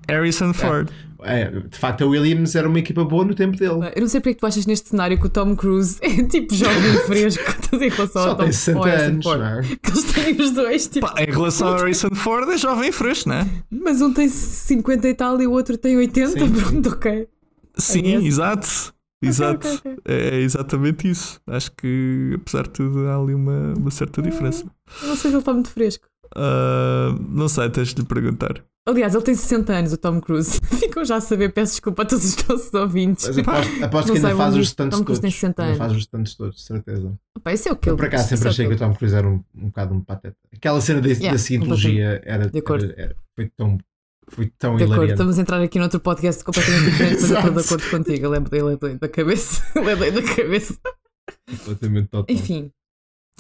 S5: Harrison Ford.
S6: É, De facto, a Williams era uma equipa boa no tempo dele.
S7: Eu não sei porque é que tu achas neste cenário que o Tom Cruise é tipo jovem fresco em relação
S6: Só
S7: ao Tom
S6: tem 60
S7: ao Harrison
S6: anos,
S7: Ford.
S6: não é?
S7: assim, Que eles têm os dois, tipo,
S5: Pá, em relação a Harrison Ford, é jovem e fresco, né?
S7: mas um tem 50 e tal e o outro tem 80.
S6: Sim, sim.
S7: pronto, ok.
S5: Sim,
S7: É esse.
S5: exato. Exato.
S7: ok, ok.
S5: É, é exatamente isso. Acho que, apesar de tudo, há ali uma, uma certa
S7: Hum.
S5: diferença.
S7: Eu Não sei se ele está muito fresco.
S5: Ah, não sei, tens de lhe perguntar.
S7: Aliás, ele tem 60 anos, o Tom Cruise. Ficam já a saber, peço desculpa a todos os nossos ouvintes.
S6: Mas aposto, aposto
S7: Não
S6: que ainda faz
S7: sei, mas
S6: os stunts
S7: Tom
S6: todos.
S7: Cruise tem 60
S6: Ainda faz
S7: anos.
S6: os stunts todos, de certeza.
S7: Opa, isso é o que
S6: Eu
S7: ele
S6: por acaso sempre achei que o Tom Cruise era um, um bocado um pateta. Aquela cena da,
S7: Yeah,
S6: da
S7: completamente.
S6: cientologia era,
S7: De acordo.
S6: era- era- foi tão, foi tão
S7: De acordo,
S6: hilariante.
S7: estamos a entrar aqui noutro podcast completamente diferente, mas eu estou de
S6: Exato.
S7: acordo contigo. Ele é doido, ele é doido da cabeça. Ele é doido da cabeça.
S6: Completamente total.
S7: Enfim,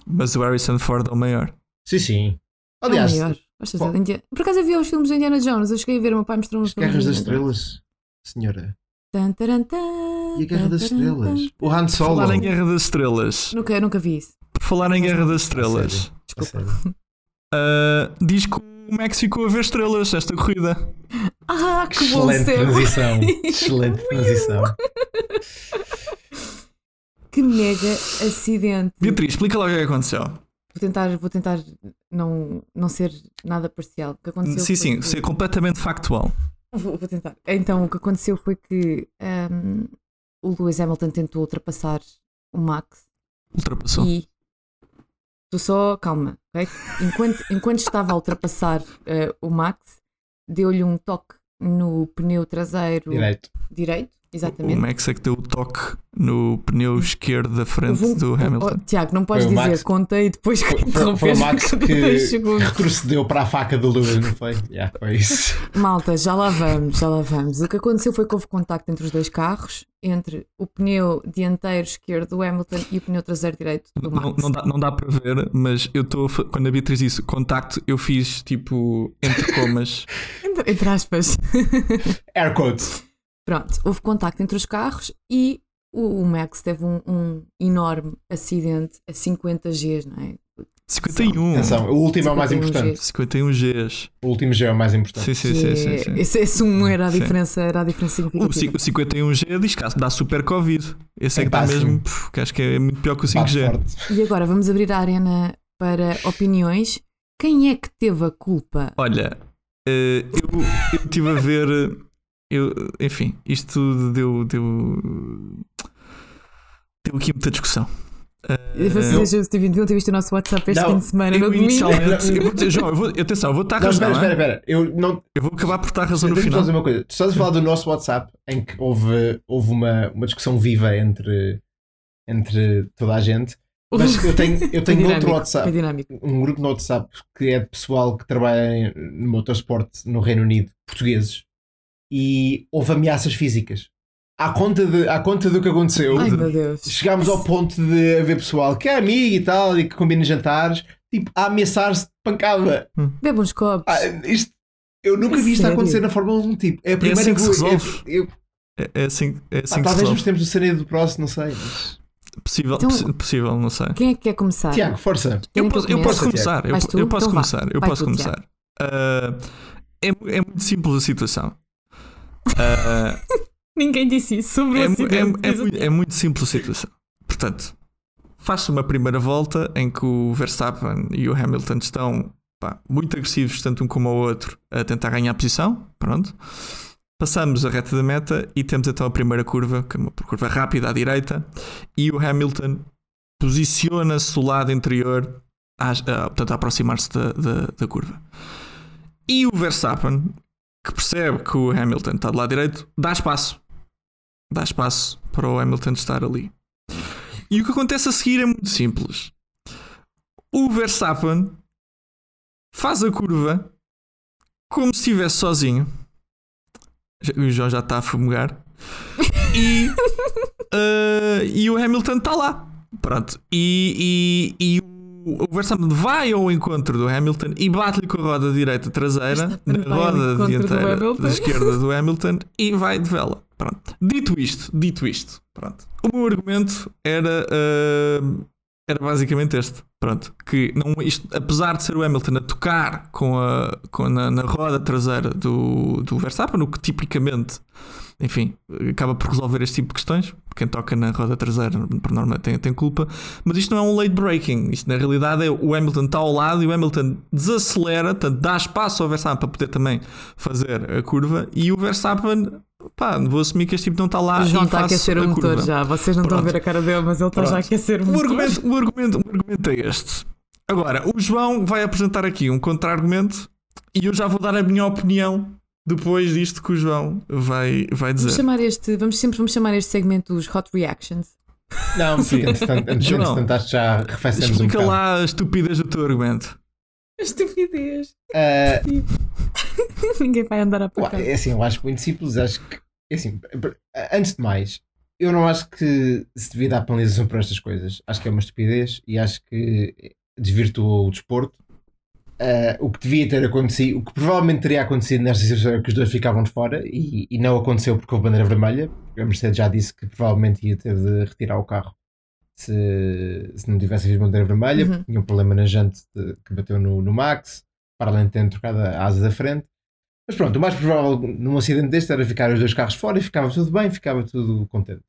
S5: Mas o Harrison Ford é o maior.
S6: Sim, sim.
S7: é o
S6: Aliás,
S7: maior. Gostas
S6: bom.
S7: de Indiana- Por acaso havia os filmes de Indiana Jones, eu cheguei a ver, o meu pai um mostrou-me
S6: As Guerras das Estrelas, senhora. E a Guerra das Estrelas. O Han Solo.
S5: Falar em Guerra das Estrelas.
S7: Nunca, nunca vi isso.
S5: Por falar em Guerra das Estrelas,
S6: A
S7: Desculpa.
S6: sério.
S5: ah, diz que o Max ficou a ver estrelas esta corrida.
S7: Ah, que bom
S6: Excelente
S7: ser.
S6: transição. Excelente transição.
S7: Que mega acidente.
S5: Beatriz, explica lá o que é que aconteceu.
S7: Vou tentar, vou tentar não, não ser nada parcial. O que aconteceu
S5: sim,
S7: foi
S5: sim,
S7: que-
S5: ser completamente factual.
S7: Vou, vou tentar. Então, o que aconteceu foi que hum, o Lewis Hamilton tentou ultrapassar o Max
S5: Ultrapassou.
S7: e. Tu só, calma, ok? Enquanto, enquanto estava a ultrapassar eh, o Max, deu-lhe um toque no pneu traseiro
S6: Direito.
S7: direito,
S5: O
S7: exatamente.
S5: Max é que deu o toque no pneu esquerdo da frente
S7: Houve um-
S5: do
S7: Oh,
S5: Hamilton.
S7: Tiago, não podes
S6: Foi o
S7: dizer
S6: Max-
S7: conta e depois que
S6: Foi- Foi, foi o
S7: interrompeste
S6: Max
S7: por 10
S6: que
S7: segundos.
S6: retrocedeu para a faca do Lewis, não foi? Yeah, foi isso.
S7: Malta, já lá vamos, já lá vamos. O que aconteceu foi que houve contacto entre os dois carros, entre o pneu dianteiro esquerdo do Hamilton e o pneu traseiro direito do Max.
S5: Não, não dá, não dá para ver, mas eu estou. a fa- Quando a Beatriz disse contacto, eu fiz tipo entre comas.
S7: Entre, entre aspas.
S6: Air quotes.
S7: Pronto, houve contacto entre os carros e o, o Max teve um, um enorme acidente a 50 Gs, não é?
S5: 51.
S6: Atenção, o último é o mais
S7: 51
S6: importante.
S7: Gs.
S5: 51 Gs.
S6: O último já é o mais importante.
S5: Sim, sim,
S7: Que
S5: sim.
S7: é-
S5: sim, sim.
S7: Esse, esse um era a
S5: Sim.
S7: diferença, era a diferença
S5: O, ci-
S7: significativa.
S5: o 51G diz que dá super Covid. Esse é,
S6: É
S5: que dá
S6: pá, sim.
S5: mesmo, puf, que acho que é muito pior que o
S6: Bate
S5: 5G.
S6: forte.
S7: E agora vamos abrir a arena para opiniões Quem é que teve a culpa?
S5: Olha, eh, eu eu estive a ver. eh, Eu, enfim, isto deu. deu. deu aqui muita discussão. Eh,
S7: Vocês, eu, Steven, deviam ter visto o nosso WhatsApp este fim de semana, no
S5: eu
S7: domingo.
S5: inicialmente. Eu vou dizer, João, eu vou, atenção, eu vou estar a razão.
S6: espera,
S5: não é?
S6: espera, espera. Eu, não...
S5: eu vou acabar por estar a razão no
S6: Deixa-me só
S5: final.
S6: dizer uma coisa. Tu estás a falar do nosso WhatsApp em que houve, houve uma, uma discussão viva entre, entre toda a gente. Mas eu tenho, eu tenho
S7: Foi
S6: outro
S7: dinâmico,
S6: WhatsApp,
S7: foi dinâmico.
S6: um grupo no WhatsApp que é de pessoal que trabalha em- no motorsporte no Reino Unido, portugueses, e houve ameaças físicas. À conta, de, à conta do que aconteceu,
S7: Ai, meu Deus.
S6: chegámos ao ponto de haver pessoal que é amigo e tal, e que combina jantares, tipo, a ameaçar-se de pancada.
S7: Bebe uns copos.
S6: Ah, isto- eu nunca vi isto
S7: Sério?
S6: acontecer na Fórmula 1, tipo, é a primeira
S5: assim que se
S6: vez- é-
S5: resolve.
S6: eu-
S7: um-
S5: É, é assim, é assim
S6: Ah,
S5: que se
S6: talvez nos
S5: resolve.
S6: tempos do Sereia do Próximo, não sei. mas-
S5: Possível,
S7: Então-
S5: possi- possível, não sei.
S7: Quem é que quer começar?
S6: Tiago, força.
S5: Eu
S7: Querem que
S5: posso, eu posso
S7: comece?
S5: começar, eu,
S7: Vais tu?
S5: eu posso
S7: Então vá.
S5: começar, eu
S7: Vai
S5: posso
S7: tu,
S5: começar.
S7: Tiago.
S5: Ah, é, mu- é muito simples a situação. Ah,
S7: Ninguém disse isso sobre o
S5: é, mu- é,
S7: acidente.
S5: mu- é muito, é muito simples a situação. Portanto, faz-se uma primeira volta em que o Verstappen e o Hamilton estão pá, muito agressivos, tanto um como o outro, a tentar ganhar posição. Pronto. Passamos a reta da meta e temos então a primeira curva, que é uma curva rápida à direita, e o Hamilton posiciona-se do lado interior, a, portanto, a aproximar-se da, da- da curva. E o Verstappen, que percebe que o Hamilton está do lado direito, dá espaço dá espaço para o Hamilton estar ali. E o que acontece a seguir é muito simples. O Verstappen faz a curva como se estivesse sozinho. Já- O João já está a fumegar. E, eh, e o Hamilton está lá. Pronto. E, e- e o Verstappen vai ao encontro do Hamilton e bate-lhe com a roda direita traseira,
S7: Verstappen
S5: na
S7: vai ao
S5: roda
S7: encontro do
S5: dianteira
S7: Hamilton.
S5: da esquerda do Hamilton e vai de vela. Pronto. Dito isto, dito isto, pronto. O meu argumento era, eh, era basicamente este. Pronto. Que não, isto, apesar de ser o Hamilton a tocar com a, com na, na roda traseira do, do Verstappen, o que tipicamente enfim, acaba por resolver este tipo de questões. Quem toca na roda traseira, por norma, tem, tem culpa. Mas isto não é um late breaking. Isto, na realidade, é o Hamilton está ao lado e o Hamilton desacelera, portanto, dá espaço ao Verstappen para poder também fazer a curva. E o Verstappen, pá, vou assumir que este tipo não está lá.
S7: O João
S5: e
S7: está a
S5: faço
S7: aquecer o
S5: a
S7: motor
S5: curva.
S7: já. Vocês não estão a
S5: Pronto.
S7: ver a cara dele, mas ele está já a
S5: Pronto.
S7: aquecer o
S5: O
S7: motor.
S5: argumento, o, argumento, o argumento é este. Agora, o João vai apresentar aqui um contra-argumento e eu já vou dar a minha opinião depois disto que o João vai, vai dizer.
S7: Vamos chamar este, vamos sempre vamos chamar este segmento dos Hot Reactions.
S6: Não, porque entretanto,
S5: João,
S6: entretanto, entretanto já arrefecemos um
S5: Explica
S6: bocado.
S5: lá a estupidez do teu argumento.
S7: Estupidez. tipo.
S6: Ah,
S7: Ninguém vai andar a
S6: Ué,
S7: pagar.
S6: é assim, eu acho muito simples. Acho que, é assim, pr- antes de mais, eu não acho que se devia dar penalização para estas coisas. Acho que é uma estupidez e acho que desvirtuou o desporto. Ah, o que devia ter acontecido, o que provavelmente teria acontecido nesta situação é que os dois ficavam de fora e, e não aconteceu porque houve bandeira vermelha. A Mercedes já disse que provavelmente ia ter de retirar o carro se, se não tivesse havido bandeira vermelha.
S7: Uhum.
S6: Tinha um problema na jante de- que bateu no, no Max, para além de terem trocado a asa da frente. Mas pronto, o mais provável num acidente deste era ficar os dois carros fora e ficava tudo bem, ficava tudo contente.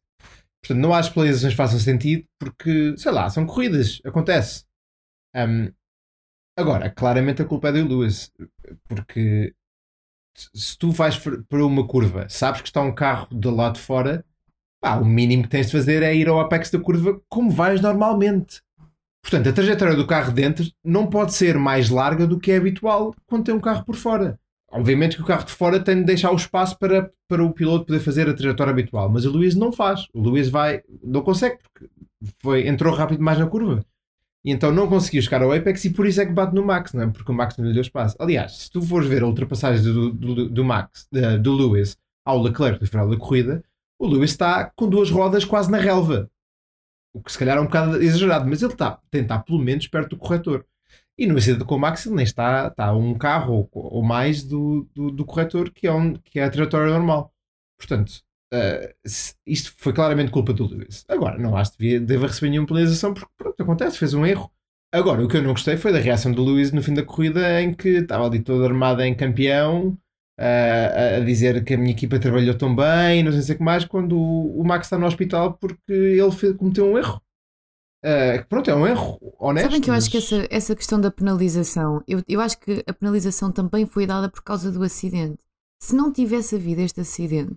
S6: Portanto, não acho que penalizações façam sentido porque, sei lá, são corridas, acontece. Ahm, agora, claramente a culpa é do Lewis, porque se- se tu vais fr- para uma curva, sabes que está um carro do lado de fora, pá, o mínimo que tens de fazer é ir ao apex da curva como vais normalmente. Portanto, a trajetória do carro dentro não pode ser mais larga do que é habitual quando tem um carro por fora. Obviamente que o carro de fora tem de deixar o espaço para, para o piloto poder fazer a trajetória habitual, mas o Luís não faz. O Luís vai, não consegue, porque foi, entrou rápido demais na curva. E então não conseguiu chegar ao Apex e por isso é que bate no Max, não é? Porque o Max não lhe deu espaço. Aliás, se tu fores ver a ultrapassagem do, do, do Max, da- do Lewis ao Leclerc no final da corrida, o Lewis está com duas rodas quase na relva. O que se calhar é um bocado exagerado, mas ele está, tem de estar pelo menos perto do corretor. E no acidente com o Max ele nem está, está a um carro ou, ou mais do, do, do corretor, que é, onde, que é a trajetória normal. Portanto, eh, se- isto foi claramente culpa do Lewis. Agora, não acho que devia, deva receber nenhuma penalização, porque pronto, acontece, fez um erro. Agora, o que eu não gostei foi da reação do Lewis no fim da corrida, em que estava ali todo armado em campeão, eh, a, a dizer que a minha equipa trabalhou tão é bem, não sei o que mais, quando o, o Max está no hospital porque ele fe- cometeu um erro. Uh, Ah, pronto, é um erro honesto.
S7: Sabem que eu
S6: mas-
S7: acho que essa, essa questão da penalização, eu, eu acho que a penalização também foi dada por causa do acidente. Se não tivesse havido este acidente,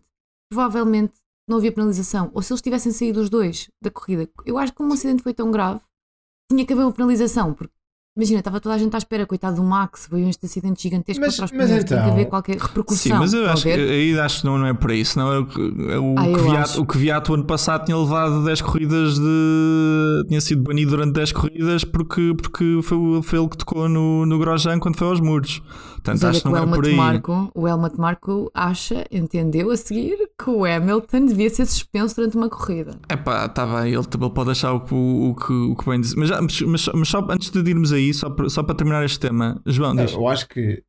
S7: provavelmente não havia penalização. Ou se eles tivessem saído os dois da corrida, eu acho que como o acidente foi tão grave, tinha que haver uma penalização. Porque, imagina, estava toda a gente à espera, coitado do Max, foi este acidente gigantesco
S6: Mas-
S7: contra os
S6: mas
S7: pneus, tem que
S5: então-
S7: haver qualquer repercussão.
S5: Sim, mas eu
S7: está a
S5: acho que,
S7: ver?
S5: aí acho que não, não é para isso. Não é o que, é o,
S7: Ah, eu
S5: que
S7: acho.
S5: Viato, o que Viato ano passado tinha levado 10 corridas de. tinha sido banido durante 10 corridas porque, porque foi, o- foi ele que tocou no, no Grosjean quando foi aos muros. Portanto,
S7: Mas olha
S5: acho
S7: que
S5: que
S7: o
S5: não é
S7: Helmut
S5: por aí.
S7: Marko, o Helmut Marko acha, entendeu a seguir, que o Hamilton devia ser suspenso durante uma corrida.
S5: Epá, tá bem, ele também pode achar o que, o, que, o que bem dizer. Mas, já- mas, mas só- mas só antes de irmos aí, só para, só para terminar este tema, João, diz.
S6: É, Eu acho que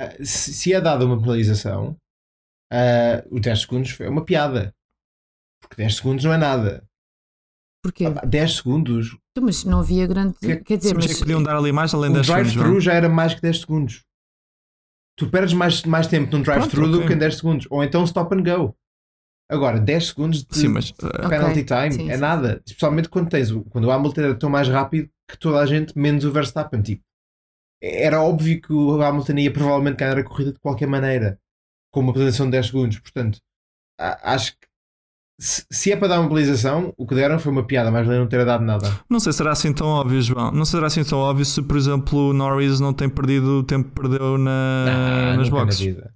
S6: ah, se se é dada uma penalização, ah, o 10 segundos é uma piada. Porque 10 segundos não é nada.
S5: Ah,
S7: Porquê?
S6: 10 segundos.
S7: Então, Mas não havia grande. Quer dizer,
S5: mas
S7: mas.
S5: é que podiam dar ali mais além
S6: O
S5: das
S6: drive-thru já era mais que 10 segundos. Tu perdes mais, mais tempo num drive-thru
S5: Pronto,
S6: do
S5: ok.
S6: que em 10 segundos. Ou então stop and go. Agora, 10 segundos de
S5: Sim, mas, ah,
S6: penalty
S5: Ok,
S6: time
S5: sim,
S6: é
S5: sim.
S6: nada. Especialmente quando tens o- quando o Hamilton era tão mais rápido que toda a gente, menos o Verstappen. Tipo, era óbvio que o Hamilton ia provavelmente ganhar a corrida de qualquer maneira, com uma penalização de 10 segundos. Portanto, a- acho que se, se é para dar uma penalização, o que deram foi uma piada, mas não ter dado nada.
S5: Não sei se será assim tão óbvio, João. Não será assim tão óbvio se, por exemplo, o Norris não tem perdido o tempo que perdeu
S6: Ah,
S5: na, nas
S6: nunca na
S5: boxes.
S6: vida.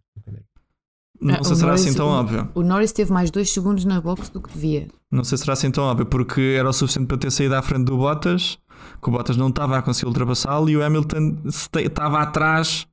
S5: Não
S7: Ah,
S5: sei
S7: o
S5: se será
S7: Norris-
S5: assim tão
S7: o-
S5: óbvio.
S7: O Norris teve mais dois segundos na box do que devia.
S5: Não sei se será assim tão óbvio, porque era o suficiente para ter saído à frente do Bottas, que o Bottas não estava a conseguir ultrapassá-lo e o Hamilton se te- estava atrás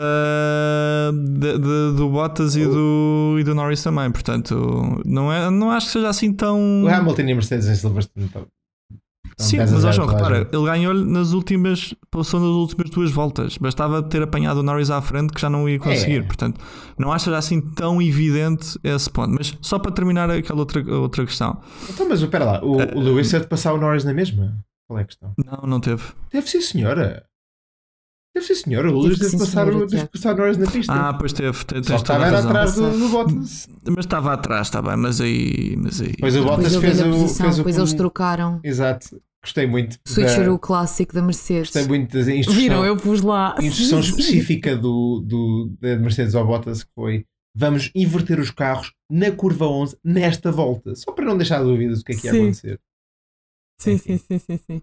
S5: da, da- da- do Bottas e do, e do Norris também. Portanto, não, é, não acho que seja assim tão.
S6: O Hamilton e a Mercedes em Silverstone. Então, então
S5: Sim,
S6: 10 a
S5: mas
S6: 0
S5: ó, João,
S6: toda a
S5: repara,
S6: gente.
S5: ele ganhou-lhe nas últimas, passou nas últimas duas voltas. Bastava ter apanhado o Norris à frente que já não ia conseguir.
S6: É.
S5: Portanto, não acho assim tão evidente esse ponto. Mas só para terminar aquela outra, outra questão.
S6: Então, mas espera lá, o,
S5: eh,
S6: o Lewis é de passar o Norris na mesma? Qual é a questão?
S5: Não, não teve.
S6: Deve ser senhora. Deve ser senhora. O Lewis
S5: Deve
S6: deve,
S5: sim,
S6: passar,
S5: senhora,
S6: o- deve
S5: Tiago.
S6: passar o Norris na pista.
S5: é. Ah, pois teve. te-
S6: Só
S5: tens toda
S6: estava
S5: a
S6: era
S5: razão.
S6: atrás do, do Bottas.
S5: Mas estava atrás, está bem, mas aí. Mas aí
S6: Pois o Bottas
S7: Depois ele
S6: fez
S7: ganha
S6: o.
S7: posição,
S6: fez o
S7: depois eles trocaram.
S6: Exato. Gostei muito.
S7: Switcheroo
S6: da,
S7: clássico da Mercedes.
S6: gostei muito da instrução.
S7: Viram? Eu pus lá.
S6: instrução
S7: Sim, sim.
S6: específica do, do, da Mercedes ao Bottas que foi vamos inverter os carros na curva 11 nesta volta. Só para não deixar dúvidas do que é que ia
S10: Sim.
S6: acontecer.
S7: Sim, sim, sim, sim, sim.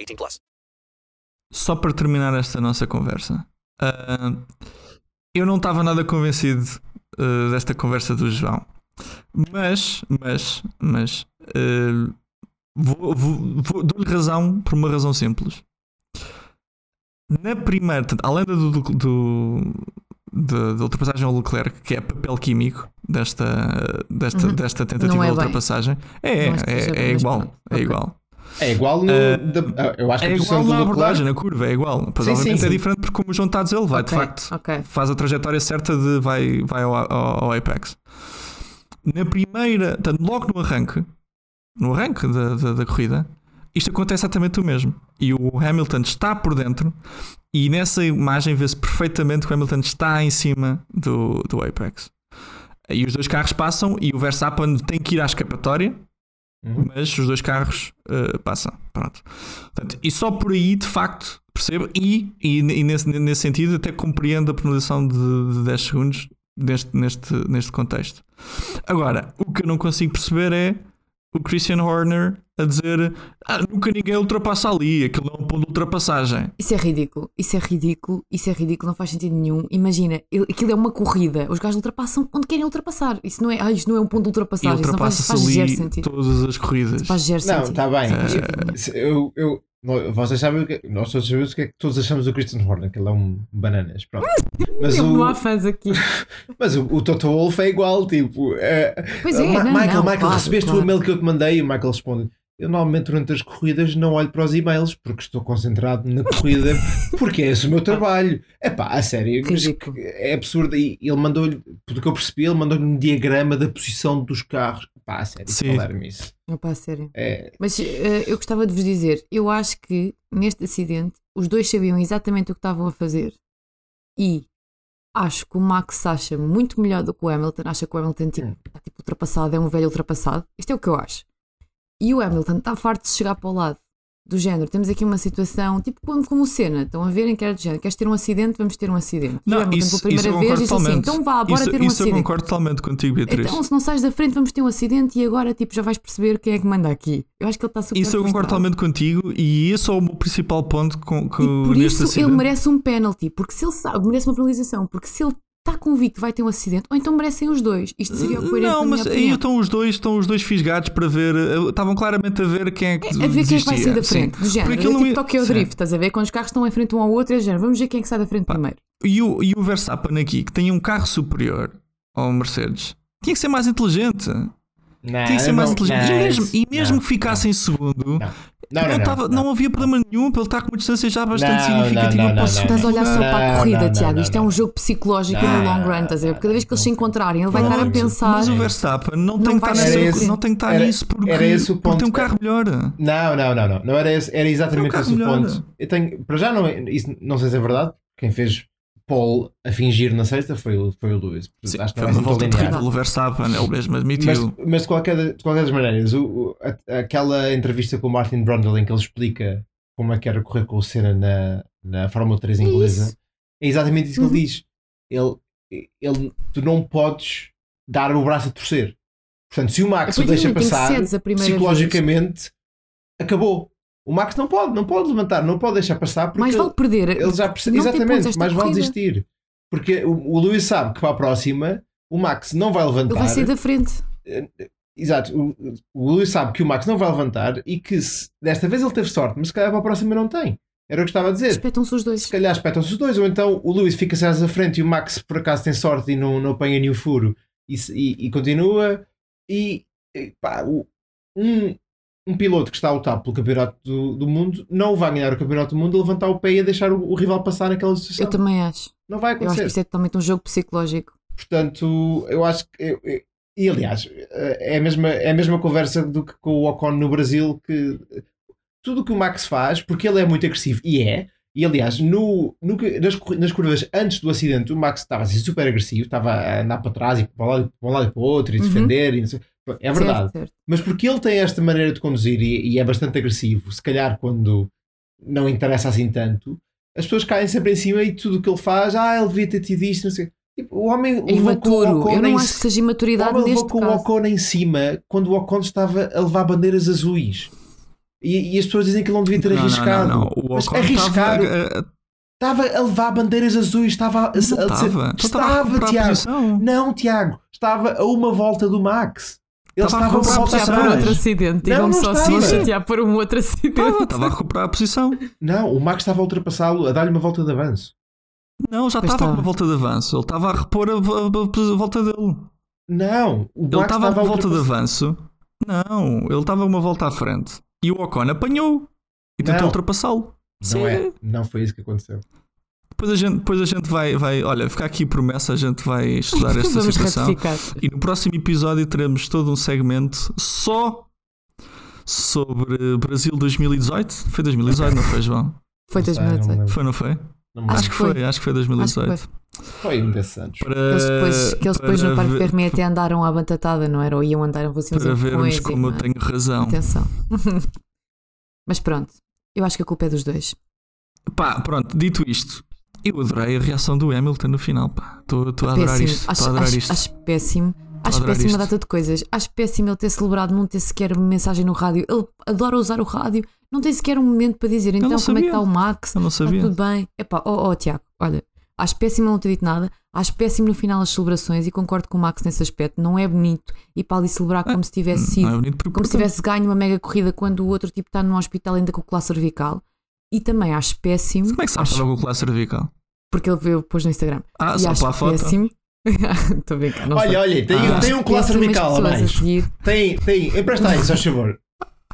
S11: 18 plus.
S5: Só para terminar esta nossa conversa, ah, eu não estava nada convencido ah, desta conversa do João, mas, mas, mas, ah, vou, vou- vou- dou-lhe razão por uma razão simples. Na primeira, portanto, além da do, do- do- da- da ultrapassagem ao Leclerc, que é papel químico desta, desta,
S6: Uhum.
S5: desta tentativa
S6: Não é
S5: de
S6: bem.
S5: ultrapassagem, é,
S6: Não é
S5: é, é,
S6: especial, mas
S5: igual,
S6: pronto.
S5: é igual.
S6: É igual no.
S5: Eh,
S6: da- ah, eu acho que
S5: é
S6: a posição
S5: igual
S6: do
S5: na
S6: Leclerc-
S5: abordagem, na curva, é igual. Pois,
S6: Sim,
S5: obviamente
S6: sim, sim.
S5: é diferente porque como o João está a dizer, ele vai de
S6: Ok,
S5: facto, faz a trajetória certa de vai, vai ao, ao- ao Apex. Na primeira, portanto, logo no arranque, no arranque da, da- da corrida, isto acontece exatamente o mesmo. E o Hamilton está por dentro, e nessa imagem vê-se perfeitamente que o Hamilton está em cima do, do Apex. E os dois carros passam e o Verstappen tem que ir à escapatória, mas os dois carros eh, passam. Pronto. Portanto, e só por aí, de facto, percebo, e, e, e nesse, nesse sentido até compreendo a penalização de, de 10 segundos neste, neste, neste contexto. Agora, o que eu não consigo perceber é o Christian Horner a dizer ah, nunca ninguém ultrapassa ali, aquilo não é um ponto de ultrapassagem.
S7: Isso é ridículo, isso é ridículo, isso é ridículo, não faz sentido nenhum. Imagina, ele- aquilo é uma corrida, os gajos ultrapassam onde querem ultrapassar. Isso não é, ah, isto não é um ponto de
S5: E
S7: ultrapassagem, isso não faz,
S5: ultrapassa-se
S7: faz zero
S5: ali
S7: sentido.
S5: todas as corridas.
S7: Faz zero
S6: Não, tá,
S7: sentido.
S6: está bem.
S7: Faz zero
S6: Se- Eu, eu, nós- vocês sabem o que, nós todos sabemos o que é que todos achamos do Christian Horner, que ele é um bananas. Pronto. Mas,
S7: Ele não há
S6: o,
S7: fãs aqui.
S6: mas o, o Toto Wolff é igual, tipo. eh,
S7: Pois é,
S6: Ma-
S7: não,
S6: Michael,
S7: não,
S6: Michael,
S7: claro,
S6: recebeste
S7: claro.
S6: o e-mail que eu te mandei e o Michael responde: eu normalmente durante as corridas não olho para os e-mails porque estou concentrado na corrida, porque é esse o meu trabalho. É pá, a sério, mas que- é absurdo. E ele mandou-lhe, pelo que eu percebi, ele mandou-lhe um diagrama da posição dos carros. Pá, a sério,
S7: Sim.
S6: falaram-me isso.
S7: Opa, a sério.
S6: É.
S7: Mas eh, eu gostava de vos dizer, eu acho que neste acidente os dois sabiam exatamente o que estavam a fazer. E acho que o Max acha muito melhor do que o Hamilton. Acha que o Hamilton
S5: Hum.
S7: tipo, está tipo ultrapassado, é um velho ultrapassado. Isto é o que eu acho. E o Hamilton está farto de chegar para o lado. Do género, temos aqui uma situação, tipo como, como o Senna, estão a verem que era do género, queres ter um acidente, vamos ter um acidente. E o Hamilton, pela primeira vez, disse assim, então vá, bora
S5: isso,
S7: ter um
S5: isso eu
S7: acidente.
S5: concordo totalmente contigo, Beatriz.
S7: Então, se não sais da frente, vamos ter um acidente e agora tipo, já vais perceber quem é que manda aqui. Eu acho que ele está super
S5: isso eu concordo
S7: frustrado.
S5: totalmente contigo e esse é o meu principal ponto com, com
S7: Por
S5: neste
S7: isso
S5: acidente.
S7: ele merece um penalty, porque se ele sabe, merece uma penalização, porque se ele está convicto que vai ter um acidente, ou então merecem os dois. Isto seria o coerente
S5: Não,
S7: na minha
S5: mas aí
S7: opinião.
S5: estão os dois, estão os dois fisgados para ver, eh, estavam claramente a ver quem é que
S7: A ver quem é que vai sair da frente, do género.
S5: Porque aquilo
S7: é
S5: não
S7: tipo
S5: ia-
S7: Tokyo
S5: Sim.
S7: Drift, estás a ver? Quando os carros estão em frente um ao outro, é do género, vamos ver quem é que sai da frente primeiro.
S5: E o, e o Verstappen aqui, que tem um carro superior ao Mercedes, tinha que ser mais inteligente. tinha que ser mais
S6: Ah, não,
S5: inteligente.
S6: não,
S5: e mesmo, e
S6: não.
S5: mesmo que ficasse em segundo, não,
S6: Não, não, não,
S5: tava-
S6: não.
S5: não havia problema nenhum para ele estar com uma distância já bastante
S6: Não, não,
S5: significativa
S6: não,
S5: para o
S6: não,
S5: segundo.
S7: Estás a olhar só para a corrida, Tiago. Isto é um jogo psicológico
S5: Não,
S7: no long run, estás a ver? Porque Cada vez que eles se encontrarem, ele vai
S5: Não,
S7: estar a
S5: mas-
S7: pensar.
S5: Mas o Verstappen não, tem que
S7: vai
S5: estar
S7: ser
S5: nessa-
S7: diferente.
S5: não tem que estar
S7: Era-
S5: nisso porque,
S7: era esse o
S5: porque tem um carro melhor.
S6: Não, não, não, não. Não era esse, era exatamente
S5: Era um
S6: esse o
S5: carro melhor.
S6: ponto. Eu tenho, para já não, é- isso, não sei se é verdade. Quem fez Paul a fingir na sexta foi o, foi o Lewis. Portanto, acho que
S5: Foi
S6: não é
S5: uma
S6: assim tão
S5: volta
S6: linear.
S5: terrível. O Verstappen, ele mesmo
S6: Mas,
S5: admitiu.
S6: mas de, qualquer, de qualquer das maneiras, o- o- a- aquela entrevista com o Martin Brundle em que ele explica como é que era correr com o Senna na, na Fórmula 3 inglesa, é exatamente
S7: Uhum.
S6: isso que ele diz. Ele, ele, tu não podes dar o braço a torcer. Portanto, se o Max o deixa
S7: Tem que
S6: passar,
S7: cedes a primeira
S6: psicologicamente acabou. O Max não pode, não pode levantar, não pode deixar passar porque
S7: Mais vale perder.
S6: ele já percebe.
S7: Não tem pontos
S6: Exatamente,
S7: esta
S6: mais vale
S7: corrida.
S6: desistir. Porque o, o Lewis sabe que para a próxima o Max não vai levantar.
S7: Ele vai sair da frente.
S6: Exato, o, o Lewis sabe que o Max não vai levantar e que se, desta vez ele teve sorte, mas se calhar para a próxima não tem. Era o que estava a dizer.
S7: Espetam-se os dois. Se
S6: É. calhar espetam-se os dois, ou então o Lewis fica-se à frente e o Max por acaso tem sorte e não, não apanha nenhum furo e, se- e- e continua. E e, pá, o- um, um piloto que está a lutar pelo campeonato do, do mundo não vai ganhar o campeonato do mundo a levantar o pé e a deixar o, o rival passar naquela situação.
S7: Eu também acho.
S6: Não vai
S7: Eu acho
S6: acontecer.
S7: que isto é totalmente um jogo psicológico.
S6: Portanto, eu acho que. eu- eu- e aliás, é a, mesma, é a mesma conversa do que com o Ocon no Brasil, que eh, tudo o que o Max faz, porque ele é muito agressivo, e é. E aliás, no, no que- nas, cor- nas curvas antes do acidente, o Max estava assim, super agressivo, estava a andar para trás e para um lado, para um lado e para o outro, e
S12: Uhum.
S6: defender. E não sei- é verdade.
S12: Certo, certo.
S6: Mas porque ele tem esta maneira de conduzir e, e é bastante agressivo, se calhar quando não interessa assim tanto, as pessoas caem sempre em cima e tudo o que ele faz, ah, ele devia ter tido isto, não sei. Tipo, o homem
S7: É
S6: levou com o
S7: imaturo.
S6: Ocon
S7: Eu
S6: em
S7: não acho
S6: ci-
S7: que seja imaturidade
S6: o homem levou
S7: neste
S6: com o
S7: caso.
S6: Ocon em cima quando o Ocon estava a levar bandeiras azuis. E, e as pessoas dizem que ele não devia ter
S5: Não, não,
S6: arriscado.
S5: não, não. O
S6: Mas
S5: Ocon
S6: arriscado.
S5: estava, eh,
S6: Estava a levar bandeiras azuis, estava a, a, a dizer-
S5: estava. Ele estava a recuperar a posição.
S6: Não, Tiago, estava a uma volta do Max. Ele
S5: Estava a
S6: estava a uma
S5: recuperar a
S6: volta
S5: posição.
S7: Por
S6: atrás.
S7: outro acidente.
S6: Não,
S7: Digam-me
S6: não
S7: só se
S6: estava.
S7: vão chatear por um outro acidente.
S5: Estava a recuperar a posição.
S6: Não, o Max estava a ultrapassá-lo, a dar-lhe uma volta de avanço.
S5: Não, já estava
S6: tá.
S5: com a volta de avanço. Ele estava a repor a, a- a- a volta dele.
S6: Não, o
S5: Ele
S6: Max
S5: estava com a
S6: a
S5: volta de
S6: ultrapassar-
S5: avanço. Não, ele estava uma volta à frente. E o Ocon apanhou e tentou
S6: Não.
S5: ultrapassá-lo.
S6: Não é,
S5: Sim.
S6: não foi isso que aconteceu.
S5: Depois a gente, depois a gente vai, vai. Olha, fica aqui promessa, a gente vai estudar esta
S6: Vamos
S5: situação.
S6: ratificar.
S5: E no próximo episódio teremos todo um segmento só sobre Brasil 2018. Foi 2018, não foi, João?
S7: Foi é. 2018.
S5: Foi, não foi?
S6: Não
S7: me
S5: acho,
S7: lembro.
S5: que foi, acho que foi 2018.
S7: Acho
S6: Foi um desses anos.
S5: Para,
S7: Que eles depois, que eles depois no
S5: Eh, para
S7: Parque
S5: ver-
S7: Fermi até andaram à batatada, não era? Ou iam andar assim, em velocidade
S5: Para vermos como eu tenho razão.
S7: é? Atenção. Mas pronto, eu acho que a culpa é dos dois.
S5: Pá, pronto, dito isto, eu adorei a reação do Hamilton no final. Estou a adorar
S7: É péssimo.
S5: isto.
S7: acho,
S5: Estou a adorar
S7: acho-
S5: isto.
S7: acho péssimo.
S5: a
S7: Acho
S5: adorar
S7: péssimo
S5: isto.
S7: uma data de coisas. Acho péssimo ele ter celebrado, não ter sequer mensagem no rádio. Ele adora usar o rádio, não tem sequer um momento para dizer então
S5: não
S7: como é
S5: sabia.
S7: que está o Max.
S5: Eu não
S7: Está
S5: sabia.
S7: tudo bem. Epá, oh, oh Tiago, olha, acho péssimo ele não ter dito nada. Acho péssimo no final as celebrações e concordo com o Max nesse aspecto. Não é bonito e para ali celebrar como se tivesse
S5: não
S7: sido,
S5: é bonito porque
S7: como se
S5: portanto-
S7: tivesse ganho uma mega corrida quando o outro tipo está num hospital ainda com o colar cervical. E também acho péssimo.
S5: Como é que sabes
S7: acho
S5: estava com o colar cervical?
S7: porque ele veio pôs no Instagram.
S5: Ah,
S7: e
S5: só
S7: acho
S5: pela foto?
S7: péssimo. Estou a brincar, não sei.
S6: Olha, olha, tem,
S7: Ah.
S6: tem um colar
S7: Péssimas
S6: cervical a
S7: pessoas
S6: mais.
S7: seguir.
S6: Tem, tem, empresta aí, só favor.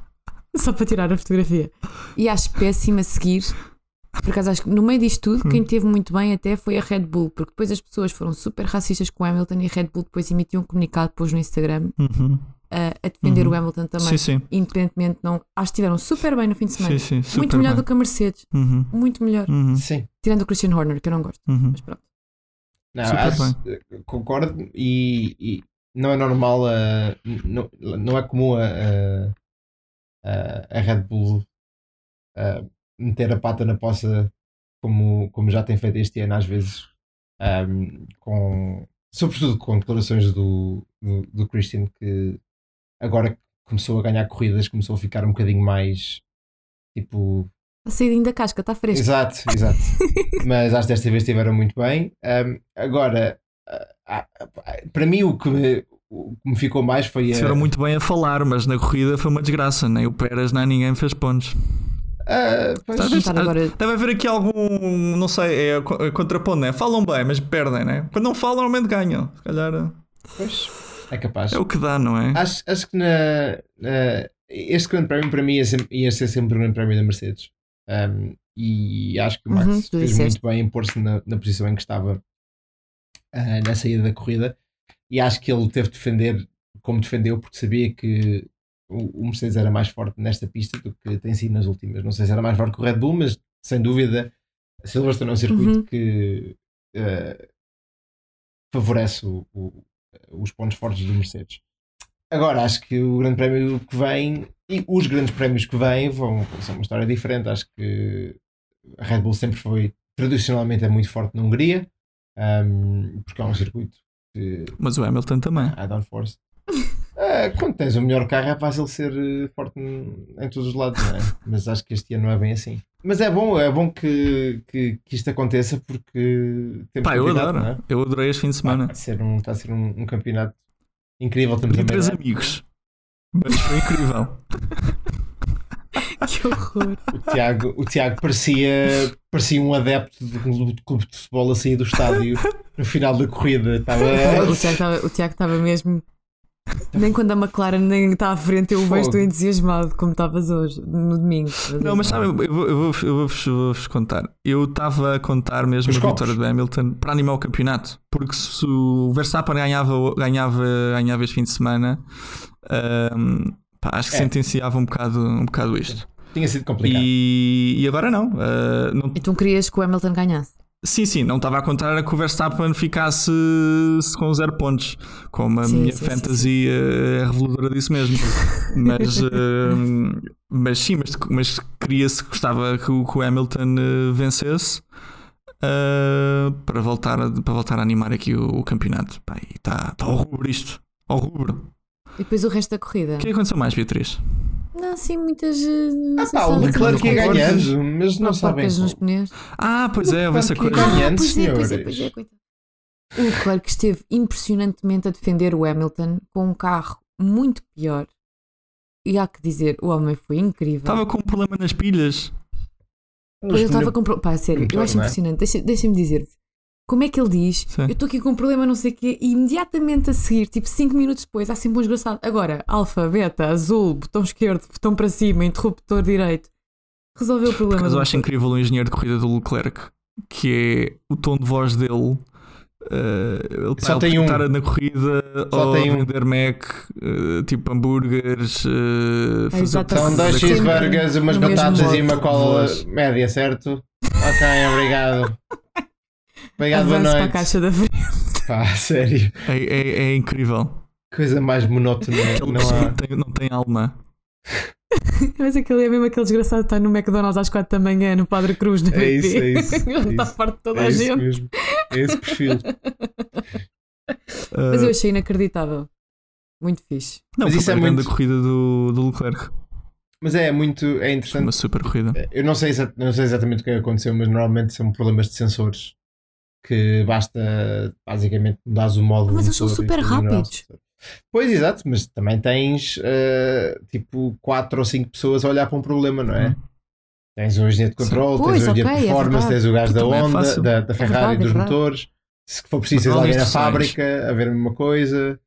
S7: Só para tirar a fotografia. E acho péssimo a seguir. Por acaso acho que no meio disto tudo,
S5: Hum.
S7: quem teve muito bem até foi a Red Bull, porque depois as pessoas foram super racistas com o Hamilton e a Red Bull depois emitiu um comunicado depois no Instagram
S5: Uhum.
S7: a, a defender
S5: Uhum.
S7: o Hamilton também.
S5: Sim, sim.
S7: Independentemente, não, acho que estiveram super bem no fim de semana.
S5: Sim, sim, super
S7: muito melhor
S5: bem.
S7: do que a Mercedes.
S5: Uhum.
S7: Muito melhor.
S5: Uhum.
S6: Sim.
S7: Tirando o Christian Horner, que eu não gosto.
S5: Uhum.
S6: Não,
S5: Super
S6: acho- concordo e, e não é normal, a, não, não é comum a, a- a, a Red Bull a, meter a pata na poça como, como já tem feito este ano às vezes, ahm, com, sobretudo com declarações do, do, do Christian que agora que começou a ganhar corridas, começou a ficar um bocadinho mais tipo
S7: A saída da casca, tá está fresca.
S6: Exato, exato. Mas acho que desta vez estiveram muito bem. Ahm, agora, ah, ah, ah, para mim, o que me, o que me ficou mais foi a.
S5: Estiveram muito bem a falar, mas na corrida foi uma desgraça. Nem o Pérez, nem ninguém fez pontos.
S6: Ah, pois,
S5: Talvez- Deve haver aqui algum, não sei, é co- é contraponto, né? Falam bem, mas perdem, né? Quando não falam, normalmente ganham. Se calhar
S6: pois, é capaz.
S5: é o que dá, não é?
S7: Ah.
S6: Acho, acho que na, na- este Grande Prémio, para mim, ia, ser, ia ser sempre o Grande Prémio da Mercedes. Ahm, e acho que o Max
S7: Uhum, tu
S6: fez
S7: disseste.
S6: muito bem em pôr-se na, na posição em que estava ah, na saída da corrida. E acho que ele teve de defender como defendeu, porque sabia que o, o Mercedes era mais forte nesta pista do que tem sido nas últimas. Não sei se era mais forte que o Red Bull, mas sem dúvida, Silverstone é um circuito
S7: Uhum.
S6: que ah, favorece o- o- os pontos fortes do Mercedes. Agora, acho que o Grande Prémio que vem e os Grandes Prémios que vêm vão ser uma história diferente. Acho que a Red Bull sempre foi, tradicionalmente, é muito forte na Hungria, ahm, porque é um circuito que
S5: Mas o Hamilton também.
S6: há downforce. Ah, quando tens o melhor carro, é fácil ser eh, forte em em todos os lados, não é? Mas acho que este ano não é bem assim. Mas é bom, é bom que, que, que isto aconteça porque temos
S5: Pá, eu
S6: novidade,
S5: adoro.
S6: não é?
S5: Eu adorei este fim de semana.
S6: Vai ser um, está a ser um, um campeonato incrível. Estamos a
S5: Perdi três
S6: meio-
S5: amigos. Mas foi incrível.
S7: Que horror.
S6: O Tiago, o Tiago parecia, parecia um adepto de um clube de futebol a sair do estádio no final da corrida. Estava.
S7: O Tiago estava- O Tiago estava mesmo. Nem quando a McLaren nem está à frente, eu vejo tão
S5: Fogo.
S7: entusiasmado como estavas hoje, no domingo.
S5: Não, mas sabem, eu vou- eu vou-vos eu vou, eu vou contar. Eu estava a contar mesmo
S6: Os
S5: a
S6: copos.
S5: vitória do Hamilton para animar o campeonato. Porque se o Verstappen ganhava, ganhava, ganhava este fim de semana, ahm, pá, acho que
S6: É.
S5: sentenciava um bocado, um bocado isto.
S6: Tinha sido complicado.
S5: E, e agora não. ah, não
S7: Então querias que o Hamilton ganhasse?
S5: Sim, sim, não estava a contar que o Verstappen ficasse com zero pontos, como a
S7: Sim,
S5: minha
S7: sim,
S5: fantasy eh, é reveladora disso mesmo. mas, eh, mas sim, mas, mas queria-se, gostava que o, que o Hamilton eh, vencesse eh, para, voltar a, para voltar a animar aqui o, o campeonato. Pá, e está tá ao rubro isto, ao rubro.
S7: E depois o resto da corrida?
S5: O que aconteceu mais, Beatriz?
S7: Não, sim, muitas. eh, Não
S6: Ah,
S7: sei
S6: pá,
S7: se
S6: o
S7: são-
S6: Leclerc
S7: são
S6: ia
S7: porcas-
S6: ganhando, mas não
S7: são
S6: sabem.
S7: porcas nos
S6: como.
S7: pneus.
S5: Ah, pois é, houve essa
S6: Leclerc
S5: coisa.
S6: ganhando,
S7: Ah, pois é, pois é,
S6: senhores.
S7: pois é, coitado. O Leclerc esteve impressionantemente a defender o Hamilton com um carro muito pior. E há que dizer, o homem foi incrível.
S5: Estava com um problema nas pilhas.
S7: Pois eu
S6: Nos
S7: estava
S6: pneus.
S7: com pro- Pá, sério, eu
S6: motor,
S7: acho
S6: não é?
S7: impressionante. Deixa- Deixa-me dizer-vos. Como é que ele diz?
S5: Sim.
S7: Eu estou aqui com um problema, não sei o quê, e imediatamente a seguir, tipo 5 minutos depois, há sempre um esgraçado. Agora, alfa, beta, azul, botão esquerdo, botão para cima, interruptor direito. Resolveu o
S5: Por
S7: problema.
S5: acaso
S7: do
S5: eu acho
S7: motor.
S5: incrível o engenheiro de corrida do Leclerc, que é o tom de voz dele. eh, ele
S6: Só
S5: está a
S6: tem um.
S5: estar na corrida
S6: Só
S5: ou a
S6: tem um.
S5: vender Mac, eh, tipo hambúrgueres, eh,
S7: Ah,
S5: fazer
S7: exato,
S5: o
S7: tá
S6: São
S5: teste da
S6: dois
S7: Sim,
S5: corrida.
S6: cheeseburgers,
S7: no
S6: umas
S7: mesmo
S6: batatas e
S7: modo.
S6: uma cola
S5: Voz.
S6: média, certo? Ok, obrigado. Obrigado, boa
S7: Avanço para a
S6: noite.
S7: caixa da frente.
S6: Pá, sério.
S5: É, é- é incrível.
S6: Coisa mais monótona.
S5: Aquele
S6: não
S5: pessoa
S6: há.
S5: não tem, não tem alma.
S7: Mas aquele é mesmo aquele desgraçado que está no McDonald's às 4 da manhã, no Padre Cruz, na
S6: É isso, é isso, é
S7: Ele está
S6: isso.
S7: farto de toda
S6: É
S7: a
S6: isso
S7: gente.
S6: mesmo. É esse perfil.
S7: Mas eu
S5: Eh,
S7: achei inacreditável. Muito fixe.
S5: não,
S6: Mas
S5: foi
S6: isso é
S5: uma grande
S6: muito-
S5: corrida do, do Leclerc.
S6: Mas é muito. É
S5: Foi
S6: interessante.
S5: uma super corrida.
S6: Eu não sei, exa- não sei exatamente o que é que aconteceu, mas normalmente são problemas de sensores que basta basicamente mudares o modo.
S7: Mas eles são super rápidos.
S6: Pois, exato, mas também tens eh, tipo 4 ou 5 pessoas a olhar para um problema, não é?
S5: Uhum.
S6: Tens o engenheiro de
S5: Sim.
S6: controle,
S7: Hum. Pois,
S6: tens o engenheiro
S7: ok,
S6: de
S7: é
S6: performance,
S7: verdade.
S6: tens o gajo da
S5: Também é
S6: Honda,
S5: fácil.
S6: da, da Ferrari,
S7: verdade, é
S6: dos
S7: verdade.
S6: motores. Se for preciso, tens
S5: Mas não há
S6: alguém na
S5: instruções.
S6: fábrica a ver a mesma coisa.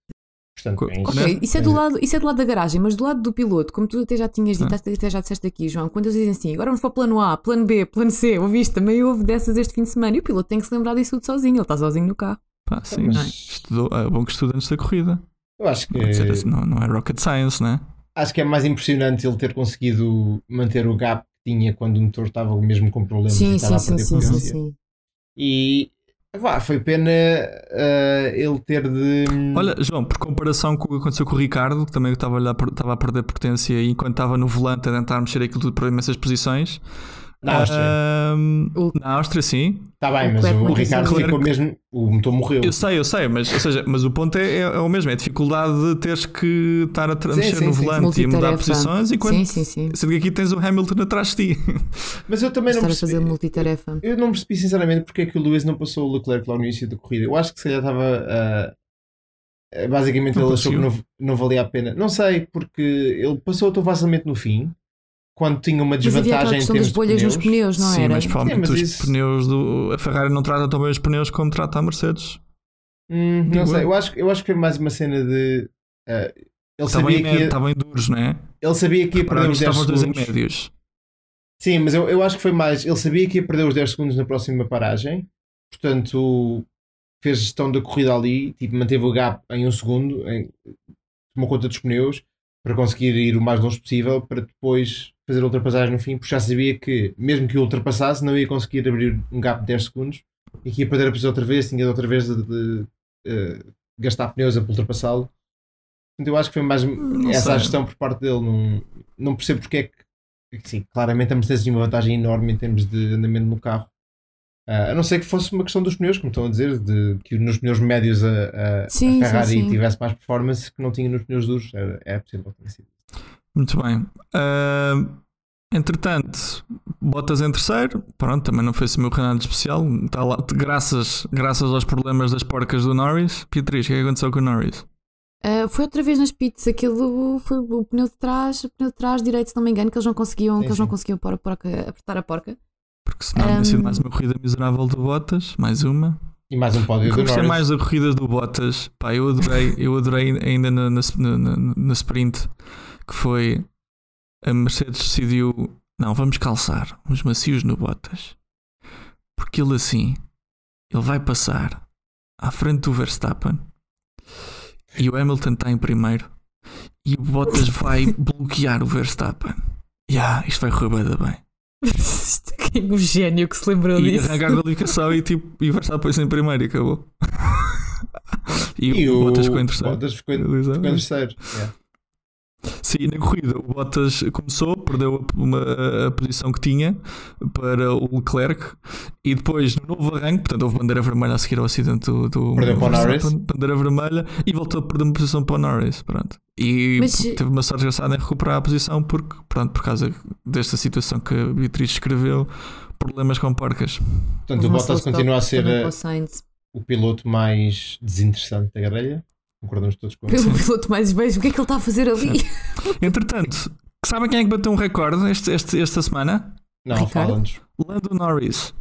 S6: Portanto, é
S7: Ok,
S5: né?
S7: isso é, do lado, isso é do lado da garagem, mas do lado do piloto, como tu até já tinhas dito,
S5: Ah.
S7: até- até já disseste aqui, João, quando eles dizem assim, agora vamos para o plano A, plano B, plano C, ouviste, também houve dessas este fim de semana, e o piloto tem que se lembrar disso tudo sozinho, ele está sozinho no carro.
S5: Pá, sim,
S7: Mas-
S5: estudou, é bom que estuda antes da corrida.
S6: Eu acho que-
S5: Quer dizer, Não, não é rocket science, né?
S6: Acho que é mais impressionante ele ter conseguido manter o gap que tinha quando o motor estava mesmo com problemas e
S7: Sim,
S6: estava
S7: sim,
S6: a perder
S7: sim, sim, sim,
S6: potência.
S7: sim.
S6: E vá, foi pena ah, ele ter de. hum,
S5: Olha, João, por comparação com o que aconteceu com o Ricardo, que também estava, a olhar- estava a perder potência e enquanto estava no volante a tentar mexer aquilo tudo para imensas posições.
S6: Na Áustria.
S5: ahm, na Áustria, sim.
S6: Está tá bem, mas o, Ricardo
S5: Leclerc-
S6: ficou mesmo. O motor morreu.
S5: Eu sei, eu sei, mas, ou seja, mas o ponto é, é- é o mesmo: é a dificuldade de teres que estar a tra-
S6: Sim,
S5: mexer
S6: sim,
S5: no
S6: sim.
S5: volante e a mudar
S7: Multitarefa.
S5: posições, enquanto
S7: Sim, sim, sim.
S5: sendo que aqui tens o Hamilton atrás de ti.
S6: Mas eu também não
S7: Estar a
S6: percebi.
S7: fazer multitarefa.
S6: Eu não percebi sinceramente porque é que o Lewis não passou o Leclerc lá no início da corrida. Eu acho que se calhar estava. ah, ah, basicamente
S5: Não
S6: ele achou que
S5: conseguiu.
S6: não, não valia a pena. Não sei, porque ele passou tão facilmente no fim, quando tinha uma
S7: Mas havia aquela
S6: desvantagem em
S7: questão das
S6: termos
S7: bolhas
S6: de
S7: nos
S6: pneus.
S7: pneus, não
S5: sim,
S7: era?
S5: mas provavelmente
S6: Sim, mas
S5: os
S6: isso-
S5: pneus do. A Ferrari não trata tão bem os pneus como trata a Mercedes.
S6: Hum,
S5: Digo
S6: não sei,
S5: eu.
S6: eu acho, eu acho que foi mais uma cena de. ah, ele,
S5: Estavam
S6: sabia
S5: em
S6: que ia,
S5: médio- estavam em duros, não é?
S6: ele sabia que ia perder
S5: Pararam,
S6: os 10
S5: estavam
S6: segundos.
S5: todos em médios.
S6: Sim, mas eu, eu acho que foi mais. Ele sabia que ia perder os 10 segundos na próxima paragem, portanto fez gestão da corrida ali, tipo, manteve o gap em um segundo, em- tomou conta dos pneus para conseguir ir o mais longe possível para depois fazer a ultrapassagem no fim, porque já sabia que, mesmo que o ultrapassasse, não ia conseguir abrir um gap de 10 segundos e que ia perder a posição outra vez, tinha de outra vez de, de, eh, gastar pneus a ultrapassá-lo. Portanto, eu acho que foi mais essa
S5: sei.
S6: a gestão por parte dele. Não, não percebo porque é que é que Sim, claramente a Mercedes tinha uma vantagem enorme em termos de andamento no carro. Ah, a não ser que fosse uma questão dos pneus, como estão a dizer, de que nos pneus médios a, a- a
S7: Sim, sim,
S6: Ferrari
S7: sim.
S6: tivesse mais performance que não tinha nos pneus duros. Era, é possível que tenha sido.
S5: Muito bem. Ahm, entretanto, Bottas em terceiro. Pronto, também não foi esse o meu canal de especial. Está lá, graças, graças aos problemas das porcas do Norris. Beatriz, o que é que aconteceu com o Norris?
S7: Ah, foi outra vez nas pits, aquilo foi o pneu de trás, o pneu de trás direito, se não me engano, que eles não conseguiam,
S6: Sim,
S7: que eles não
S6: sim.
S7: conseguiam pôr a porca, apertar a porca.
S5: Porque senão tinha sido
S7: Ahm.
S5: mais uma corrida miserável do Bottas. Mais uma.
S6: E mais um
S5: O
S6: pódio
S5: que
S6: do
S5: eu gostei
S6: Norris.
S5: mais da corrida do Bottas, pá, eu adorei, eu adorei ainda na, na, na- na- na sprint, que foi a Mercedes decidiu, não, vamos calçar uns macios no Bottas, porque ele assim, ele vai passar à frente do Verstappen e o Hamilton está em primeiro e o Bottas vai bloquear o Verstappen. Yeah, isto vai correr bué da bem.
S7: o gênio que se lembrou
S5: E
S7: disso.
S5: arrancar da ligação e tipo, e o Verstappen em primeiro e acabou. E, o Bottas ficou em terceiro.
S6: Bottas ficou em-
S5: Elizabeth.
S6: ficou em terceiro. é. Yeah.
S5: Sim, na corrida o Bottas começou, perdeu a- uma- a posição que tinha para o Leclerc e depois no novo arranque, portanto houve bandeira vermelha a seguir ao acidente do, do
S6: Perdeu para o Norris.
S5: Verstappen, bandeira vermelha e voltou a perder uma posição para o Norris, pronto. E
S7: Mas-
S5: p- teve uma sorte engraçada em recuperar a posição porque, pronto, por causa desta situação que a Beatriz escreveu, problemas com porcas.
S6: Portanto, o
S7: Russell
S6: Bottas
S7: Stock
S6: continua a ser
S7: também para
S6: uh,
S7: o Sainz.
S6: o piloto mais desinteressante da grelha. Concordamos todos com isso.
S7: Pelo piloto mais beijo, o que é que ele está a fazer ali?
S5: Entretanto, sabem quem é que bateu um recorde este- este- esta semana?
S6: Não,
S7: Ricardo?
S6: fala-nos.
S5: Lando Norris.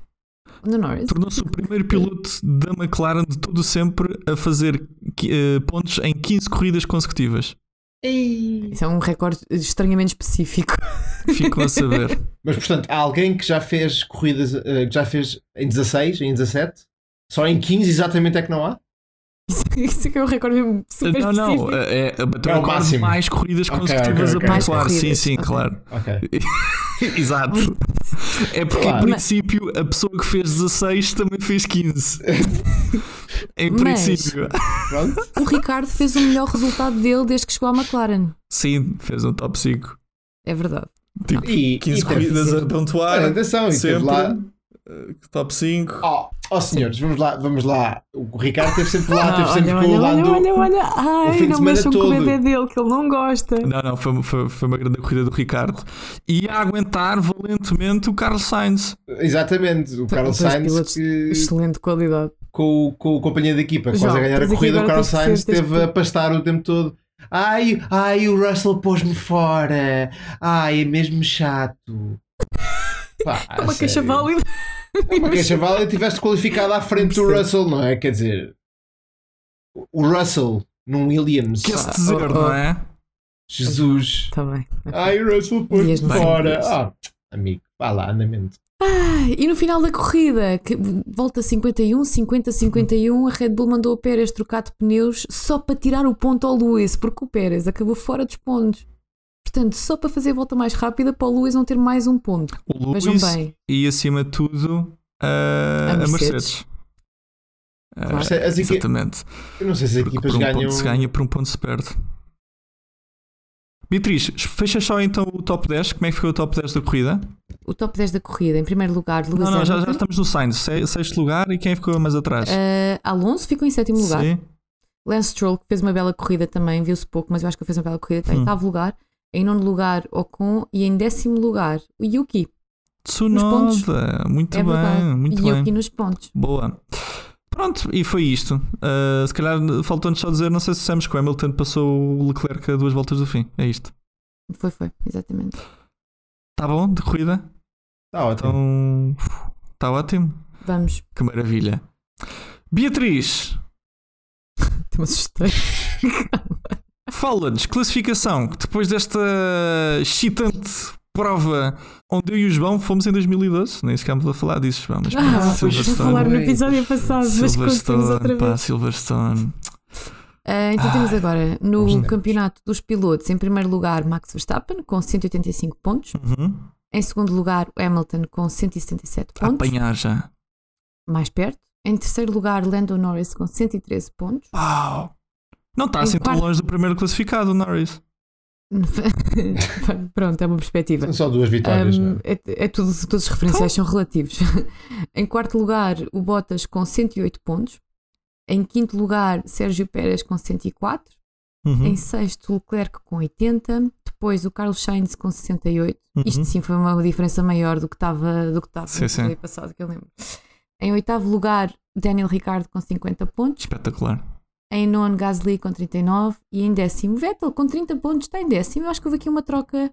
S7: No Norris.
S5: tornou-se o primeiro piloto da McLaren de todo sempre a fazer qui- eh, pontos em 15 corridas consecutivas.
S7: Isso é um recorde estranhamente específico.
S5: Ficam a saber. Eh,
S6: Mas portanto, há alguém que já fez corridas, uh, que já fez em 16, em 17? Só em 15 exatamente é que não há?
S7: Isso, isso é que é um recorde mesmo super
S5: não,
S7: específico.
S5: não, é, é, bateu
S6: É o
S5: agora
S6: máximo.
S5: mais corridas
S6: Ok,
S5: consecutivas
S6: ok, ok.
S5: a
S7: Mais
S5: pontuar. Sim,
S7: corridas,
S5: sim,
S7: ok.
S5: claro.
S6: Ok.
S5: Exato. É porque,
S6: Claro.
S5: em princípio, a pessoa que fez 16 também fez 15. em
S7: Mas-
S5: princípio.
S6: Pronto.
S7: O Ricardo fez o melhor resultado dele desde que chegou à McLaren.
S5: Sim, fez um top 5.
S7: É verdade.
S5: Tipo,
S6: E-
S5: 15
S6: e teve-
S5: corridas a
S6: Ah,
S5: pontuar.
S6: atenção, e teve
S5: sempre.
S6: lá.
S5: eh, Top 5.
S6: Oh, oh senhores, vamos lá, vamos lá. O Ricardo esteve sempre lá,
S7: Ah,
S6: esteve sempre
S7: olha,
S6: com o
S7: olha,
S6: Lando.
S7: olha, olha,
S6: fim
S7: olha. Ai,
S6: de
S7: não
S6: semana
S7: mexam com
S6: todo.
S7: o bebê dele, que ele não gosta.
S5: Não, não, foi, foi, foi uma grande corrida do Ricardo. E a aguentar valentemente o Carlos Sainz.
S6: Exatamente,
S7: Então,
S6: o Carlos
S7: Dois
S6: Sainz
S7: pilotos de
S6: que,
S7: Excelente qualidade.
S6: com, o- com o companheiro de equipa, quase
S7: João,
S6: a ganhar a
S7: mas aqui
S6: corrida, o
S7: agora
S6: Carlos
S7: tens que
S6: Sainz
S7: ser- tens
S6: esteve
S7: que-
S6: a pastar o tempo todo. Ai, ai, o Russell pôs-me fora. Ai, é mesmo chato. Pá, a
S7: É uma queixa
S6: Ah, sério.
S7: válida.
S6: É Uma queixa válida tiveste qualificado à frente do Russell, não é? Quer dizer, o Russell num Williams.
S5: Quer-se dizer,
S6: Ah,
S5: não é?
S6: Jesus.
S7: Está Tá bem.
S6: Ai, Russell pôs
S7: Dias no
S6: fora.
S7: fim.
S6: Ah, amigo, vá lá, andamento.
S7: Ah, e no final da corrida, que volta 51, 50, 51, a Red Bull mandou o Pérez trocar de pneus só para tirar o ponto ao Lewis, porque o Pérez acabou fora dos pontos. Portanto, só para fazer a volta mais rápida para o Lewis não ter mais um ponto.
S5: O
S7: Vejam
S5: Lewis
S7: bem.
S5: e acima de tudo a,
S7: A
S5: a Mercedes.
S7: Mercedes.
S5: Ah,
S7: Claro.
S6: As equi-
S5: exatamente.
S6: Eu não sei se as
S5: Porque
S6: equipas
S5: por um
S6: ganham.
S5: ponto se ganha, por um ponto se perde. Beatriz, fecha só então o top 10. Como é que ficou o top 10 da corrida?
S7: O top 10 da corrida, em primeiro lugar, Lewis
S5: não, não, já, já
S7: Hamilton.
S5: estamos no Sainz. Se- Sexto lugar e quem ficou mais atrás?
S6: Eh,
S7: Ah, Alonso ficou em sétimo lugar.
S5: Sim.
S7: Lance Stroll, que fez uma bela corrida também, viu-se pouco, mas eu acho que ele fez uma bela corrida, está em
S5: Hum.
S7: oitavo lugar. Em nono lugar, Ocon. E em décimo lugar, o Yuki. pontos.
S5: Tsunoda. Muito
S7: é
S5: bem,
S7: verdade.
S5: muito
S7: Yuki
S5: bem.
S7: nos pontos.
S5: Boa. Pronto, e foi isto. Ah, se calhar faltou-nos só dizer, não sei se dissemos que o Hamilton passou o Leclerc a duas voltas do fim. É isto.
S7: Foi, foi, exatamente.
S5: Está bom de corrida?
S6: Está Tá ótimo.
S5: Então. Está ótimo.
S7: Vamos.
S5: Que maravilha. Beatriz,
S7: Até me assustei.
S5: fala-nos, classificação, que depois desta excitante prova onde eu e o João fomos em 2012, nem sequer vamos a falar disso, João, mas pronto,
S7: Ah, pois já
S5: Silverstone.
S7: falaram no episódio passado, mas conseguimos outra
S5: Silverstone,
S7: vez.
S5: pá, Silverstone.
S7: Ah, então temos agora
S5: bons
S7: no
S5: tempos.
S7: campeonato dos pilotos, em primeiro lugar, Max Verstappen com 185 pontos.
S5: Uhum.
S7: Em segundo lugar, Hamilton com 177
S5: A
S7: pontos.
S5: apanhar já.
S7: Mais perto. Em terceiro lugar, Lando Norris com 113 pontos.
S5: Pau! Não está
S7: Em
S5: assim tão
S7: quarto-
S5: longe do primeiro classificado, Norris.
S7: Pronto, é uma perspectiva.
S6: São só duas vitórias,
S7: Um,
S6: não é?
S7: é, é tudo, todos os referenciais são relativos. em quarto lugar, o Bottas com 108 pontos. Em quinto lugar, Sérgio Pérez com 104.
S5: Uhum.
S7: Em sexto, Leclerc com 80. Depois, o Carlos Sainz com 68. Isto
S5: Uhum.
S7: sim foi uma diferença maior do que estava do que estava
S5: Sim,
S7: no
S5: sim.
S7: episódio passado, que eu lembro. Em oitavo lugar, Daniel Ricciardo com 50 pontos.
S5: Espetacular.
S7: Em nono, Gasly com 39. E em décimo, Vettel com 30 pontos. Está em décimo. Eu acho que houve aqui uma troca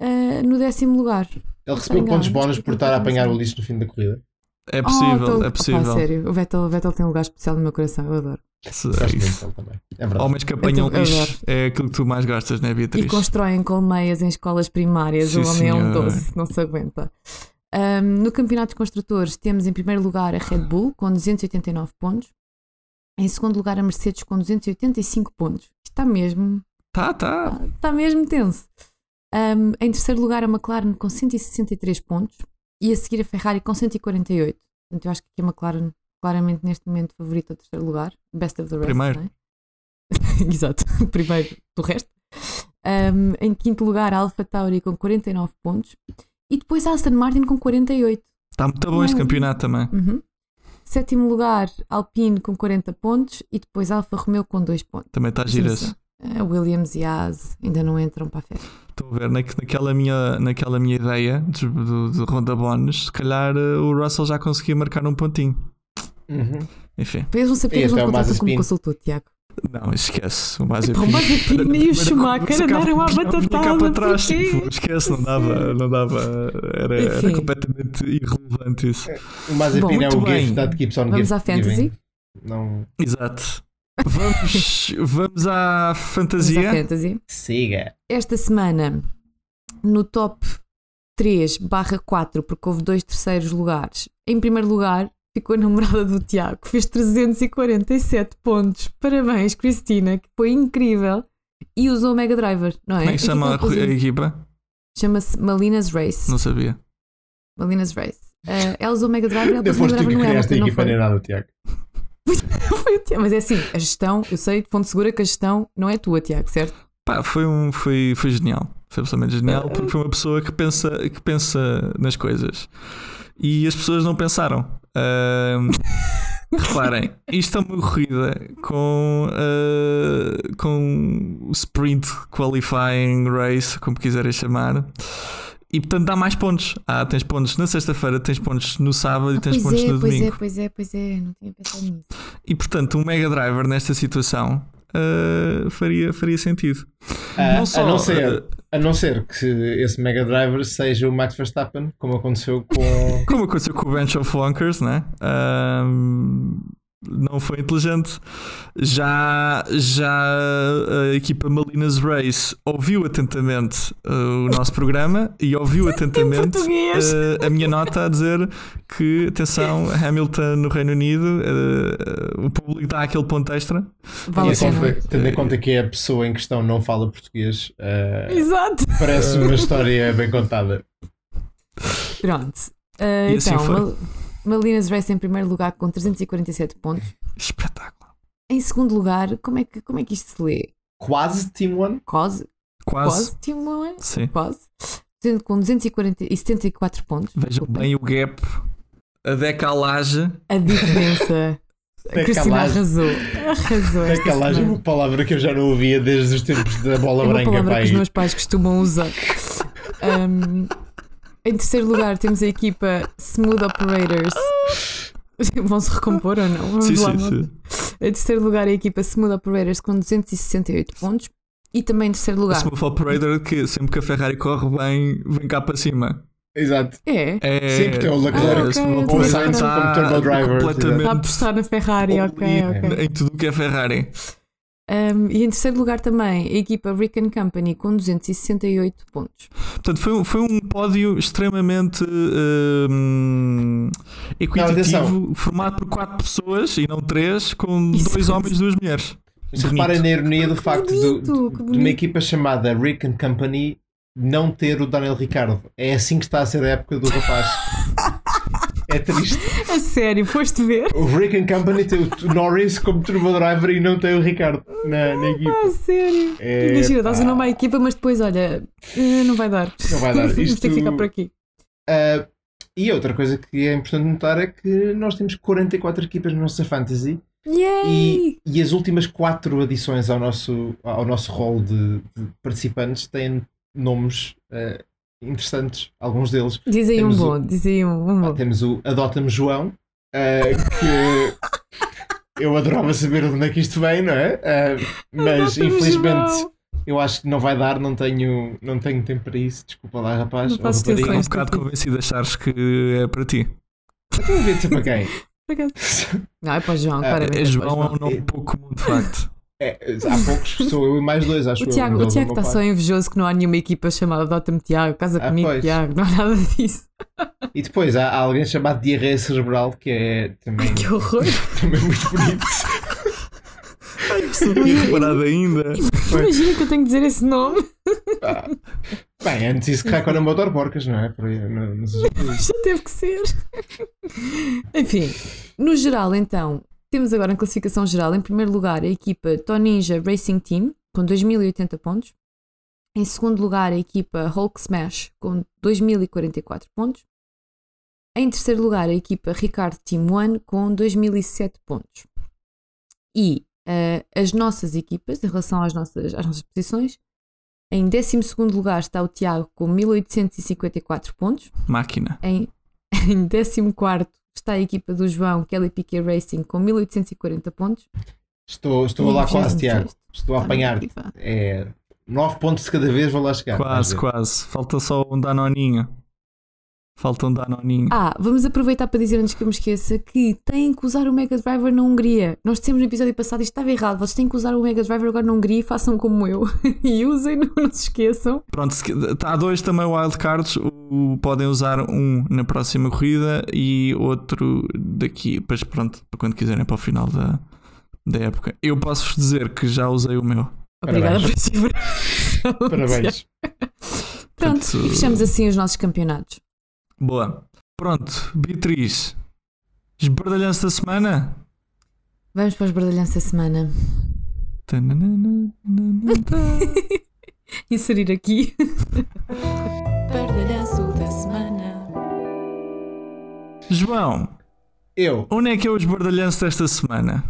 S7: ah, no décimo lugar.
S6: Ele recebeu
S7: Obrigada,
S6: pontos
S7: mas
S6: bónus
S7: que
S6: por estar a
S7: coisa
S6: apanhar o
S7: mais-
S6: lixo no fim da corrida.
S5: É possível,
S7: Oh, tô-
S5: é
S7: Opa,
S5: possível.
S7: sério, o Vettel, o Vettel tem um lugar especial no meu coração, eu adoro.
S5: Se-
S6: Gosto muito
S5: isso.
S6: dele também. É verdade.
S5: Homens que apanham
S7: também
S5: lixo
S7: adoro.
S5: é aquilo que tu mais gostas, não é, Beatriz?
S7: Então, E constroem colmeias em escolas primárias,
S5: Sim,
S7: o homem é um
S5: senhor.
S7: doce, não se aguenta. Ahm, no Campeonato de Construtores temos em primeiro lugar a Red Bull com 289 pontos, em segundo lugar a Mercedes com 285 pontos. Isto Está mesmo,
S5: Tá, tá.
S7: está mesmo tenso. Ahm, em terceiro lugar a McLaren com 163 pontos e a seguir a Ferrari com 148. Portanto, eu acho que aqui a McLaren claramente neste momento favorita ao terceiro lugar, best of the rest.
S5: Primeiro.
S7: não é? Exato, primeiro do resto. Um, em quinto lugar, a Alfa Tauri com 49 pontos. E depois a Aston Martin com 48.
S5: Está Tá muito bom este
S7: Não.
S5: campeonato também.
S7: Uhum. Sétimo lugar, Alpine com 40 pontos. E depois a Alfa Romeo com 2 pontos.
S5: Também tá está
S7: Sim,
S5: giras.
S7: sim. A Williams e a Haas ainda não entram para a festa.
S5: Estou a ver na- naquela minha, naquela minha ideia de, de, de ronda bónus, se calhar eh, o Russell já conseguia marcar um pontinho.
S6: Uhum.
S5: Enfim,
S7: Para eles não
S6: E
S7: saberem,
S6: até
S7: não
S6: o
S7: contratam
S6: Mazepin.
S7: como consultor, Tiago.
S5: não, esquece. O Mazepin.
S7: Pá, O Mazepin e o Schumacher andaram à
S5: Cá
S7: batatada.
S5: para trás,
S7: porquê?
S5: tipo, esquece, não dava, não dava era, era
S7: Enfim.
S5: completamente irrelevante isso.
S6: O Mazepin
S7: Bom,
S6: é o
S5: muito
S6: gift
S5: bem.
S6: that keeps on
S7: Vamos à
S6: gift giving.
S7: fantasy?
S6: Não
S5: Exato. Vamos, vamos à
S7: Vamos à
S5: fantasia.
S7: fantasy.
S6: siga.
S7: esta semana no top 3 barra 4, porque houve dois terceiros lugares. Em primeiro lugar ficou a namorada do Tiago, que fez 347 pontos. Parabéns, Cristina, que foi incrível. E usou o Mega Driver, não é?
S5: Como é que
S7: Aquilo
S5: chama a,
S7: que eu
S5: a
S7: pus-
S5: equipa?
S7: Chama-se Malina's Race.
S5: Não sabia.
S7: Malinas Race. Ah, ela usou o Mega Driver,
S6: Não
S7: ela pôs o Mega
S6: foste tu
S7: Driver
S6: que
S7: no
S6: criaste
S7: Hamilton,
S6: a
S7: não
S6: equipa né?
S7: foi?
S6: nem nada, Tiago.
S7: Foi o Tiago. Mas é assim, a gestão, eu sei de fonte segura que a gestão não é tua, Tiago, certo?
S5: Pá, foi, um, foi, foi genial. Foi absolutamente genial porque foi uma pessoa que pensa, que pensa nas coisas. E as pessoas não pensaram. Ahm, reparem, isto é uma corrida com, ah, com sprint, qualifying, race, como quiserem chamar. E portanto dá mais pontos. Ah, tens pontos na sexta-feira, tens pontos no sábado e tens
S7: pois
S5: pontos
S7: é,
S5: no
S7: pois
S5: domingo.
S7: é, pois é, pois é, não tinha pensado nisso.
S5: E portanto, um Mega Driver nesta situação ah, faria, faria sentido.
S6: Ah,
S5: Não só,
S6: a, não ser,
S5: ah,
S6: a não ser que se esse Mega Driver seja o Max Verstappen, como aconteceu com.
S5: Como aconteceu com o Bench of Wonkers, né? Ahm, não foi inteligente. Já, já a equipa Malinas Race ouviu atentamente uh, o nosso programa e ouviu atentamente uh, a minha nota a dizer que, atenção, Hamilton no Reino Unido, uh, o público dá aquele ponto extra.
S6: E assim foi, tendo em conta que a pessoa em questão não fala português, uh,
S7: Exato.
S6: parece uma história bem contada.
S7: Pronto. Ah,
S6: E assim
S7: então,
S6: foi.
S7: Mal- Malinas Race em primeiro lugar com 347 pontos.
S5: Espetáculo.
S7: Em segundo lugar, como é que, como é que isto se lê?
S6: Quase Team One?
S7: Quase.
S5: Quase.
S7: Quase Team One?
S5: Sim.
S7: Quase. Com 274 pontos.
S5: Vejam bem o gap, a decalagem.
S7: A diferença. A Cristina
S6: Decalagem.
S7: arrasou. Arrasou. esta
S6: Decalagem é
S7: semana.
S6: uma palavra que eu já não ouvia desde os tempos da bola
S7: É uma
S6: branca.
S7: palavra
S6: pá,
S7: que os
S6: aí.
S7: meus pais costumam usar. Um, em terceiro lugar, temos a equipa Smooth Operators. Vão-se recompor ou não? Vamos
S5: Ah! Sim,
S7: lá,
S5: sim,
S7: malta.
S5: sim.
S7: Em terceiro lugar, a equipa Smooth Operators com 268 pontos. E também em terceiro
S5: O
S7: lugar.
S5: Smooth Operator que sempre que a Ferrari corre bem, vem cá para cima.
S6: Exato.
S7: É.
S5: É,
S6: Sempre tem o Leclerc,
S7: Ah,
S5: o Smooth
S6: ou o
S5: Operator
S6: Sainz
S5: está
S6: como turbo driver,
S7: Está a
S5: Completamente
S7: apostar na Ferrari, ok, ok.
S5: Oh, em tudo o que é Ferrari.
S7: Um, e em terceiro lugar também, a equipa Rick and Company com 268 pontos.
S5: Portanto, foi, um- foi um pódio extremamente hum, equitativo, formado por quatro pessoas e não três, com dois homens e duas mulheres.
S6: Mas
S5: Bonito.
S6: reparem na ironia do facto do- de, uma equipa chamada Rick and Company não ter o Daniel Ricardo. É assim que está a ser a época do rapaz. é triste.
S7: A sério, foste ver?
S6: O Rick and Company tem o Norris como turbo driver e não tem o Ricardo na, na equipa.
S7: Ah, sério?
S6: É,
S7: Imagina,
S6: pá.
S7: dás o nome à equipa, mas depois, olha, eh, não vai dar.
S6: Não vai dar.
S7: Vamos ter
S6: Isto-
S7: que ficar por aqui.
S6: Ah, e outra coisa que é importante notar é que nós temos 44 equipas na nossa fantasy
S7: Yay!
S6: e, e as últimas quatro adições ao nosso, ao nosso rol de, de participantes têm nomes ah, interessantes, alguns deles.
S7: Diz aí um
S6: Temos
S7: bom,
S6: o- Ah.
S7: diz aí um, um bom.
S6: Temos o Adota-me João, ah, que eu adorava saber de onde é que isto vem, não é? Ah, mas
S7: Adota-me
S6: infelizmente
S7: João.
S6: eu acho que não vai dar, não tenho, não tenho tempo para isso. Desculpa lá, rapaz.
S7: Não faço
S6: ou rapariga.
S5: Fico um bocado convencido de achares que é para ti.
S6: Então, devia ser para quem?
S7: Por acaso. Não, é para o
S6: Ah,
S7: João, claramente.
S5: é
S7: para o
S5: João é um nome pouco comum, de facto.
S6: É, há poucos, sou eu e mais dois, acho
S7: O
S6: eu.
S7: Tiago,
S6: Miguel
S7: o Tiago
S6: do meu
S7: está
S6: pai.
S7: só invejoso que não há nenhuma equipa chamada Dota-me Tiago, casa
S6: Ah,
S7: comigo
S6: pois.
S7: Tiago, não há nada disso.
S6: E depois há, há alguém chamado diarreia cerebral que é também,
S7: Que horror.
S6: também muito bonito.
S5: Não tinha reparado ainda.
S7: Imagina que eu tenho que dizer esse nome.
S6: Bem, antes isso que Raikkonen motor porcas, não é? Por aí, não, não seja por isso.
S7: Já teve que ser. Enfim, no geral, então, temos agora em classificação geral, em primeiro lugar, a equipa Toninja Racing Team, com 2080 pontos. Em segundo lugar, a equipa Hulk Smash, com 2044 pontos. Em terceiro lugar, a equipa Ricardo Team One, com 2007 pontos. E eh, as nossas equipas, em relação às nossas, às nossas posições, em 12 segundo lugar está o Tiago, com 1854 pontos.
S5: Máquina.
S7: Em, em 14 está a equipa do João, Kelly Piquet Racing, com 1840 pontos.
S6: Estou, estou lá quase, Tiago. Estou a
S7: Está
S6: apanhar.
S7: Tá bem, Ivan.
S6: É, 9 pontos de cada vez vou lá chegar. Vais
S5: Quase,
S6: ver.
S5: quase. Falta só um danoninho. Falta um danoninho.
S7: Ah, vamos aproveitar para dizer antes que eu me esqueça que têm que usar o Mega Driver na Hungria. Nós dissemos no episódio passado isto estava errado. Vocês têm que usar o Mega Driver agora na Hungria e façam como eu. e usem, não se esqueçam.
S5: Pronto, se- há dois também wildcards. O- Podem usar um na próxima corrida e outro daqui. Depois, pronto, para quando quiserem, para o final da, da época. Eu posso-vos dizer que já usei o meu.
S7: Obrigada por essa informação.
S5: Parabéns.
S7: Pronto, e fechamos assim os nossos campeonatos.
S5: Boa. Pronto, Beatriz. Esbardalhança da semana?
S7: Vamos para os bardalhanços da semana.
S5: Tananana.
S7: Inserir aqui. Bardalhanço da semana.
S5: João.
S6: Eu.
S5: Onde é que é o esbardalhanço desta semana?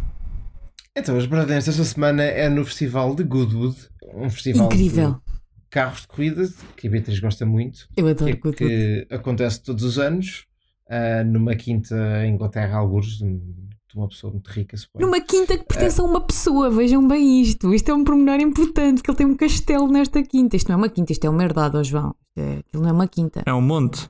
S6: Então, as Bradenses esta semana é no Festival de Goodwood. Um festival
S7: Incrível.
S6: de carros de corrida, que a Beatriz gosta muito.
S7: Eu adoro
S6: que,
S7: Goodwood.
S6: que acontece todos os anos, ah, numa quinta em Inglaterra, alguns, de uma pessoa muito rica, suponho.
S7: Numa quinta que
S6: É.
S7: pertence a uma pessoa, vejam bem isto. Isto é um pormenor importante, que ele tem um castelo nesta quinta. Isto não é uma quinta, isto é uma herdade, ó João. Isto é- Aquilo não é uma quinta.
S5: É um monte.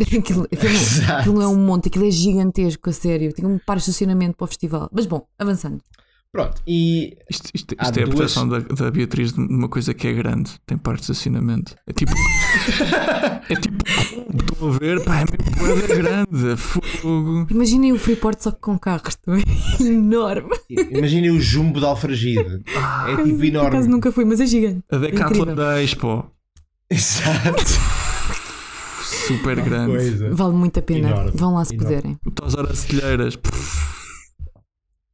S7: Aquilo, aquilo não-
S6: Exato.
S7: aquilo é um monte, aquilo é gigantesco, a sério. Tinha um par de estacionamento para o festival. Mas bom, avançando.
S6: Pronto, e.
S5: Isto, isto,
S6: Há
S5: isto é a
S6: duas-
S5: proteção da, da Beatriz de uma coisa que é grande, tem partes de estacionamento. É tipo. é tipo. Estou a ver, pá, é mesmo coisa grande, É fogo.
S7: Imaginem o Freeport só que com carros também. Enorme.
S6: Imaginem o jumbo de Alfragide. É tipo
S7: Ah, Por acaso
S6: enorme.
S7: nunca fui, mas é gigante.
S5: A Decathlon
S7: Incrível.
S5: da Expo,
S6: Exato.
S5: super grande.
S6: Coisa.
S7: Vale muito a pena.
S6: Enorme,
S7: Vão lá se
S6: enorme.
S7: puderem.
S5: O Tos Aracilheiras,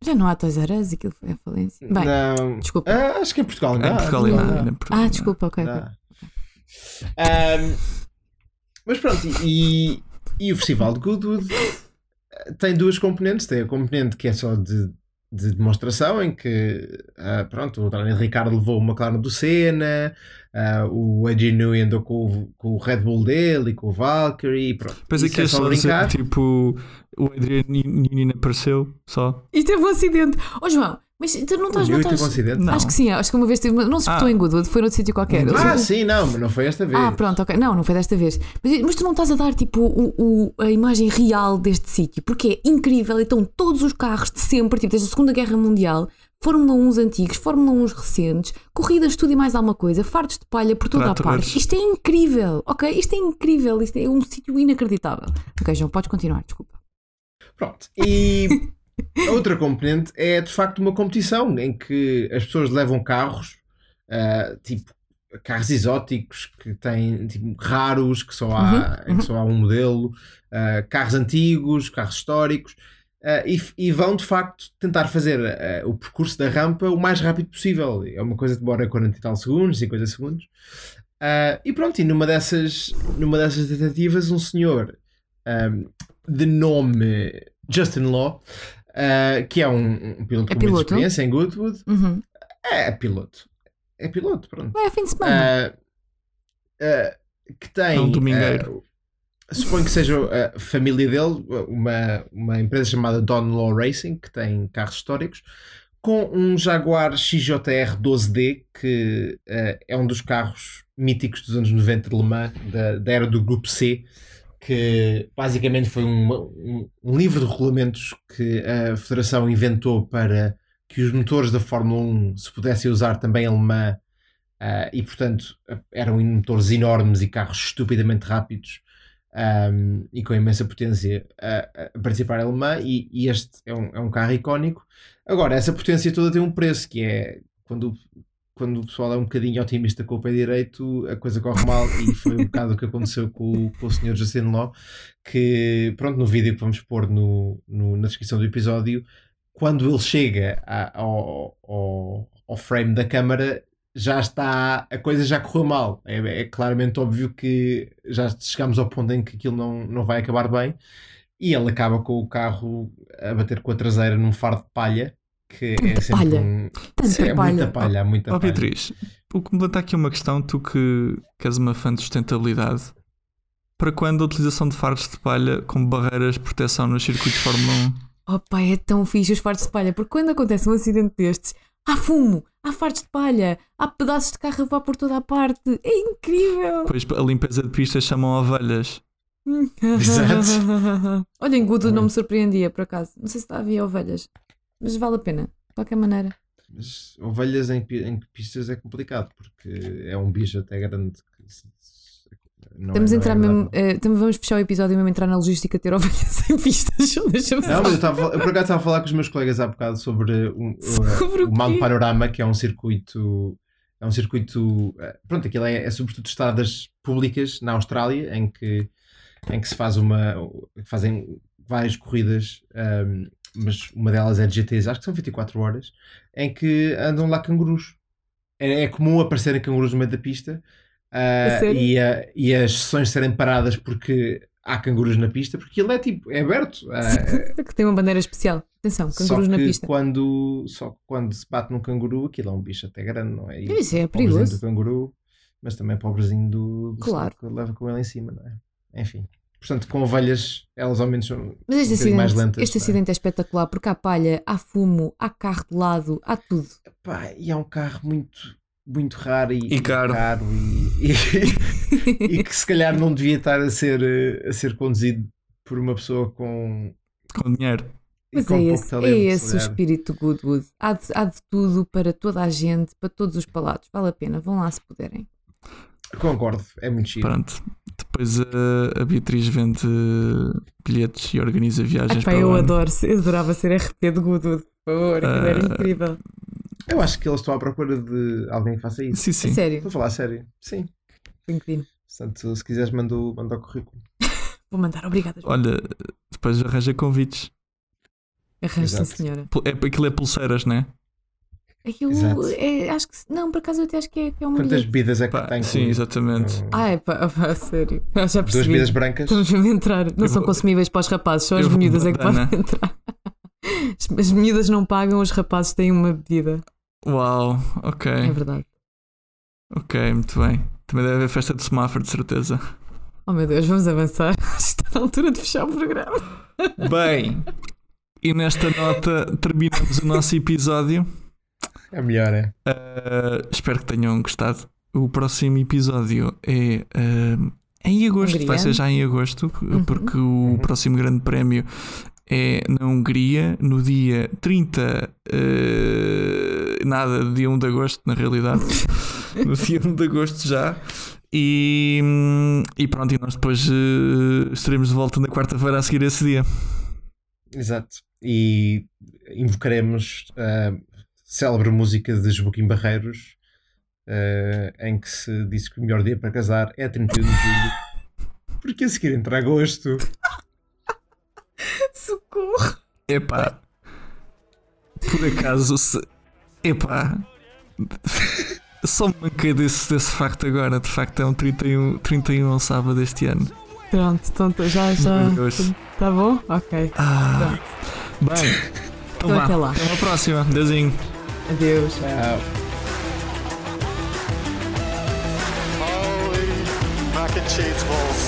S7: Já não há Toys R Us, aquilo foi a falência. Bem,
S6: Não.
S7: desculpa.
S6: Ah, acho que em Portugal não.
S5: em Portugal e
S7: não
S5: na-
S7: dá.
S5: na-
S7: Ah, desculpa, ok. ok.
S6: Dá. Ahm, mas pronto, e, e o Festival de Goodwood eh, tem duas componentes. Tem a componente que é só de, de demonstração, em que ah, pronto, o Daniel Ricardo levou uma McLaren do Senna, ah, o Edgy Nui andou com, o- com o Red Bull dele e com o Valkyrie. e Pronto.
S5: Depois
S6: Isso
S5: aqui é só dizer, tipo, o Adriano Nini apareceu, só.
S7: E teve um acidente. Ó João, mas tu não estás.
S6: Ui,
S7: Não
S6: ui, teve um
S7: estás...
S6: acidente?
S5: Não.
S7: Acho que sim, acho que uma vez teve. uma- Não se votou
S5: Ah.
S7: em Goodwood, foi noutro sítio qualquer.
S6: Ah,
S7: Eles-
S6: sim, não, mas não foi esta vez.
S7: Ah, pronto, ok. Não, não foi desta vez. Mas, mas tu não estás a dar tipo o- o- a imagem real deste sítio, porque é incrível. Então, todos os carros de sempre, tipo desde a Segunda Guerra Mundial, Fórmula 1 antigos, Fórmula 1 recentes, corridas, tudo e mais alguma coisa, fardos de palha por toda a
S5: Tratores.
S7: parte. Isto é incrível, ok? Isto é incrível, isto é um sítio inacreditável. Ok, João, podes continuar, desculpa.
S6: Pronto. E a outra componente é de facto uma competição em que as pessoas levam carros, ah, tipo carros exóticos que têm tipo, raros, que só há, em que só há um modelo, ah, carros antigos, carros históricos. ah, e, f- e vão de facto tentar fazer ah, o percurso da rampa o mais rápido possível. É uma coisa que demora 40 e tal segundos, 50 segundos. Ah, e pronto, e numa dessas, numa dessas tentativas, um senhor ahm, um, de nome Justin Law, ah, que é um, um piloto
S7: É
S6: com muita
S7: piloto?
S6: experiência em Goodwood,
S7: Uhum.
S6: é piloto. É piloto, pronto.
S7: Vai a fim de semana.
S6: Ah, ah, que tem.
S5: É um domingueiro.
S6: ah, suponho que seja a família dele, uma, uma empresa chamada Don Law Racing, que tem carros históricos, com um Jaguar XJR 12D, que ah, é um dos carros míticos dos anos 90 de Le Mans, da, da era do Grupo C. Que basicamente foi um, um- um livro de regulamentos que a Federação inventou para que os motores da Fórmula 1 se pudessem usar também alemã ah, e portanto eram em motores enormes e carros estupidamente rápidos ahm, e com imensa potência ah, a participar em alemã e, e este é um, é um carro icónico agora essa potência toda tem um preço que é quando quando o pessoal é um bocadinho otimista com o pé direito, a coisa corre mal e foi um bocado o que aconteceu com, o- com o Sr. Justin Law, que pronto, no vídeo que vamos pôr no- no- na descrição do episódio, quando ele chega a- ao, ao- ao frame da câmara, já está. A coisa já correu mal. É, é claramente óbvio que já chegamos ao ponto em que aquilo não, não vai acabar bem. E ele acaba com o carro a bater com a traseira num fardo de palha, que é
S7: Tanta
S6: sempre
S7: palha.
S6: um.
S7: Tanta
S6: é
S7: palha.
S6: muita palha, há muita
S5: Ó
S6: palha.
S5: Beatriz, o que me levanta aqui é uma questão, tu que, que és uma fã de sustentabilidade, para quando a utilização de fardos de palha como barreiras de proteção nos circuitos de Fórmula um,
S7: Oh pá, é tão fixe os fardos de palha, porque quando acontece um acidente destes, há fumo, há fardos de palha, há pedaços de carro a voar por toda a parte. É
S5: 1?
S7: incrível!
S5: Pois a limpeza de pistas chamam ovelhas.
S6: Exato.
S7: Olha, em Gudo não me surpreendia, por acaso. Não sei se lá havia ovelhas, mas vale a pena, de qualquer maneira.
S6: Mas ovelhas em, pi- em pistas é complicado, porque é um bicho até grande. que se- se- não é-
S7: Estamos
S6: não
S7: a
S6: é
S7: entrar mesmo,
S6: agradável.
S7: eh, também vamos fechar o episódio e mesmo entrar na logística de ter ovelhas em pistas. Deixa-me
S6: Não,
S7: só.
S6: mas eu, estava, a fal- eu por acaso estava a falar com os meus colegas há bocado sobre um,
S7: Sobre
S6: o,
S7: o quê?
S6: Mount Panorama, que é um circuito. É um circuito. eh, Pronto, aquilo é, é sobretudo estradas públicas na Austrália, em que, em que se faz uma. fazem várias corridas, ahm, mas uma delas é de GTs, acho que são 24 horas, em que andam lá cangurus. É, é comum aparecerem cangurus no meio da pista ah,
S7: A sério?
S6: e, a- e as sessões serem paradas porque há cangurus na pista, porque ele é tipo, é aberto. ah,
S7: que tem uma bandeira especial. Atenção,
S6: só
S7: cangurus
S6: que
S7: na pista.
S6: quando só que quando se bate num canguru aquilo é um bicho até grande não é E
S7: Isso
S6: pobrezinho
S7: é perigoso.
S6: do canguru mas também é pobrezinho do, do
S7: Claro.
S6: senhor que leva com ele em cima não é enfim portanto com ovelhas elas ao menos são
S7: Mas este,
S6: um bocadinho
S7: acidente,
S6: mais lentas
S7: este
S6: não é?
S7: acidente é espetacular porque há palha, há fumo, há carro de lado, há tudo.
S6: Pá, e é um carro muito muito raro e,
S5: E caro.
S6: e, e- e que se calhar não devia estar a ser, eh, a ser conduzido por uma pessoa com.
S5: Com um dinheiro.
S7: Mas é esse, é esse o espírito do Goodwood. Há de, há de tudo para toda a gente, para todos os palatos. Vale a pena, vão lá se puderem.
S6: Concordo, é muito giro.
S5: Pronto. Depois a, a Beatriz vende bilhetes e organiza viagens
S7: Epá,
S5: para
S7: eu
S5: lá.
S7: adoro, se- eu adorava ser RT de Goodwood, por favor, aquilo era
S5: Ah.
S7: incrível.
S6: Eu acho que eles estão à procura de alguém que faça isso.
S5: Sim, sim.
S7: A sério?
S6: Estou a falar a sério. Sim.
S7: LinkedIn.
S6: Portanto, se quiseres, mando, mando ao currículo.
S7: Vou mandar, obrigada. João.
S5: Olha, depois arranja convites.
S7: Arranja,
S6: exato.
S7: senhora.
S5: Pu- É, aquilo é pulseiras, né?
S7: Aquilo
S6: Exato.
S7: é, acho que, se- não, por acaso eu até acho que é, que é um
S6: Quantas
S7: bilhete.
S6: bebidas é que
S5: Pá,
S6: está incluído?
S5: sim, exatamente.
S7: Ah, é pá, a sério. Eu já
S6: Hum, Duas
S7: percebi.
S6: bebidas brancas?
S7: Estamos mesmo a entrar. Não
S5: Eu
S7: são
S5: vou-
S7: consumíveis para os rapazes, só
S5: eu
S7: as
S5: vou-
S7: miúdas é que podem
S5: Dana.
S7: entrar. As- As miúdas não pagam, os rapazes têm uma bebida.
S5: Uau, ok.
S7: É, verdade.
S5: Ok, muito bem. Também deve haver festa de semáforo, de certeza.
S7: Oh meu Deus, vamos avançar. Está na altura de fechar o programa.
S5: Bem, e nesta nota terminamos o nosso episódio.
S6: É melhor, é.
S5: Uh, espero que tenham gostado. O próximo episódio é uh, em agosto,
S7: Hungria.
S5: vai ser já em agosto, porque o próximo grande prémio é na Hungria, no dia 30, uh, nada, dia 1 de agosto, na realidade, no dia 1 de agosto já. E, hum, e pronto, e nós depois uh, estaremos de volta na quarta-feira a seguir esse dia.
S6: Exato. E invocaremos a célebre música de Joaquim Barreiros, eh, em que se diz que o melhor dia para casar é 31 de julho. Porque a seguir entra agosto.
S7: Socorro!
S5: Epá, por acaso, se... epá, só me manquei desse, desse facto agora. De facto, é um 31, 31 ao um sábado este ano.
S7: Pronto, então já, já.
S5: Meu Deus.
S7: Tá bom? Ok.
S5: Ah,
S7: Pronto.
S5: bem, então
S7: Então
S5: vá.
S7: até lá.
S5: Até uma próxima. Deusinho.
S7: Adeus.
S6: Ah,
S3: Holy mac and cheese balls.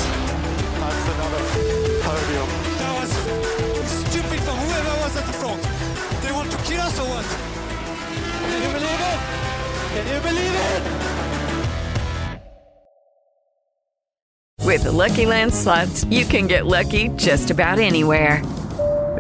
S3: That's another podium.
S4: That was stupid from whoever was at the front. They want to kill us or what? Can you believe it? Can you believe it?
S12: With the Lucky Land slots, you can get lucky just about anywhere.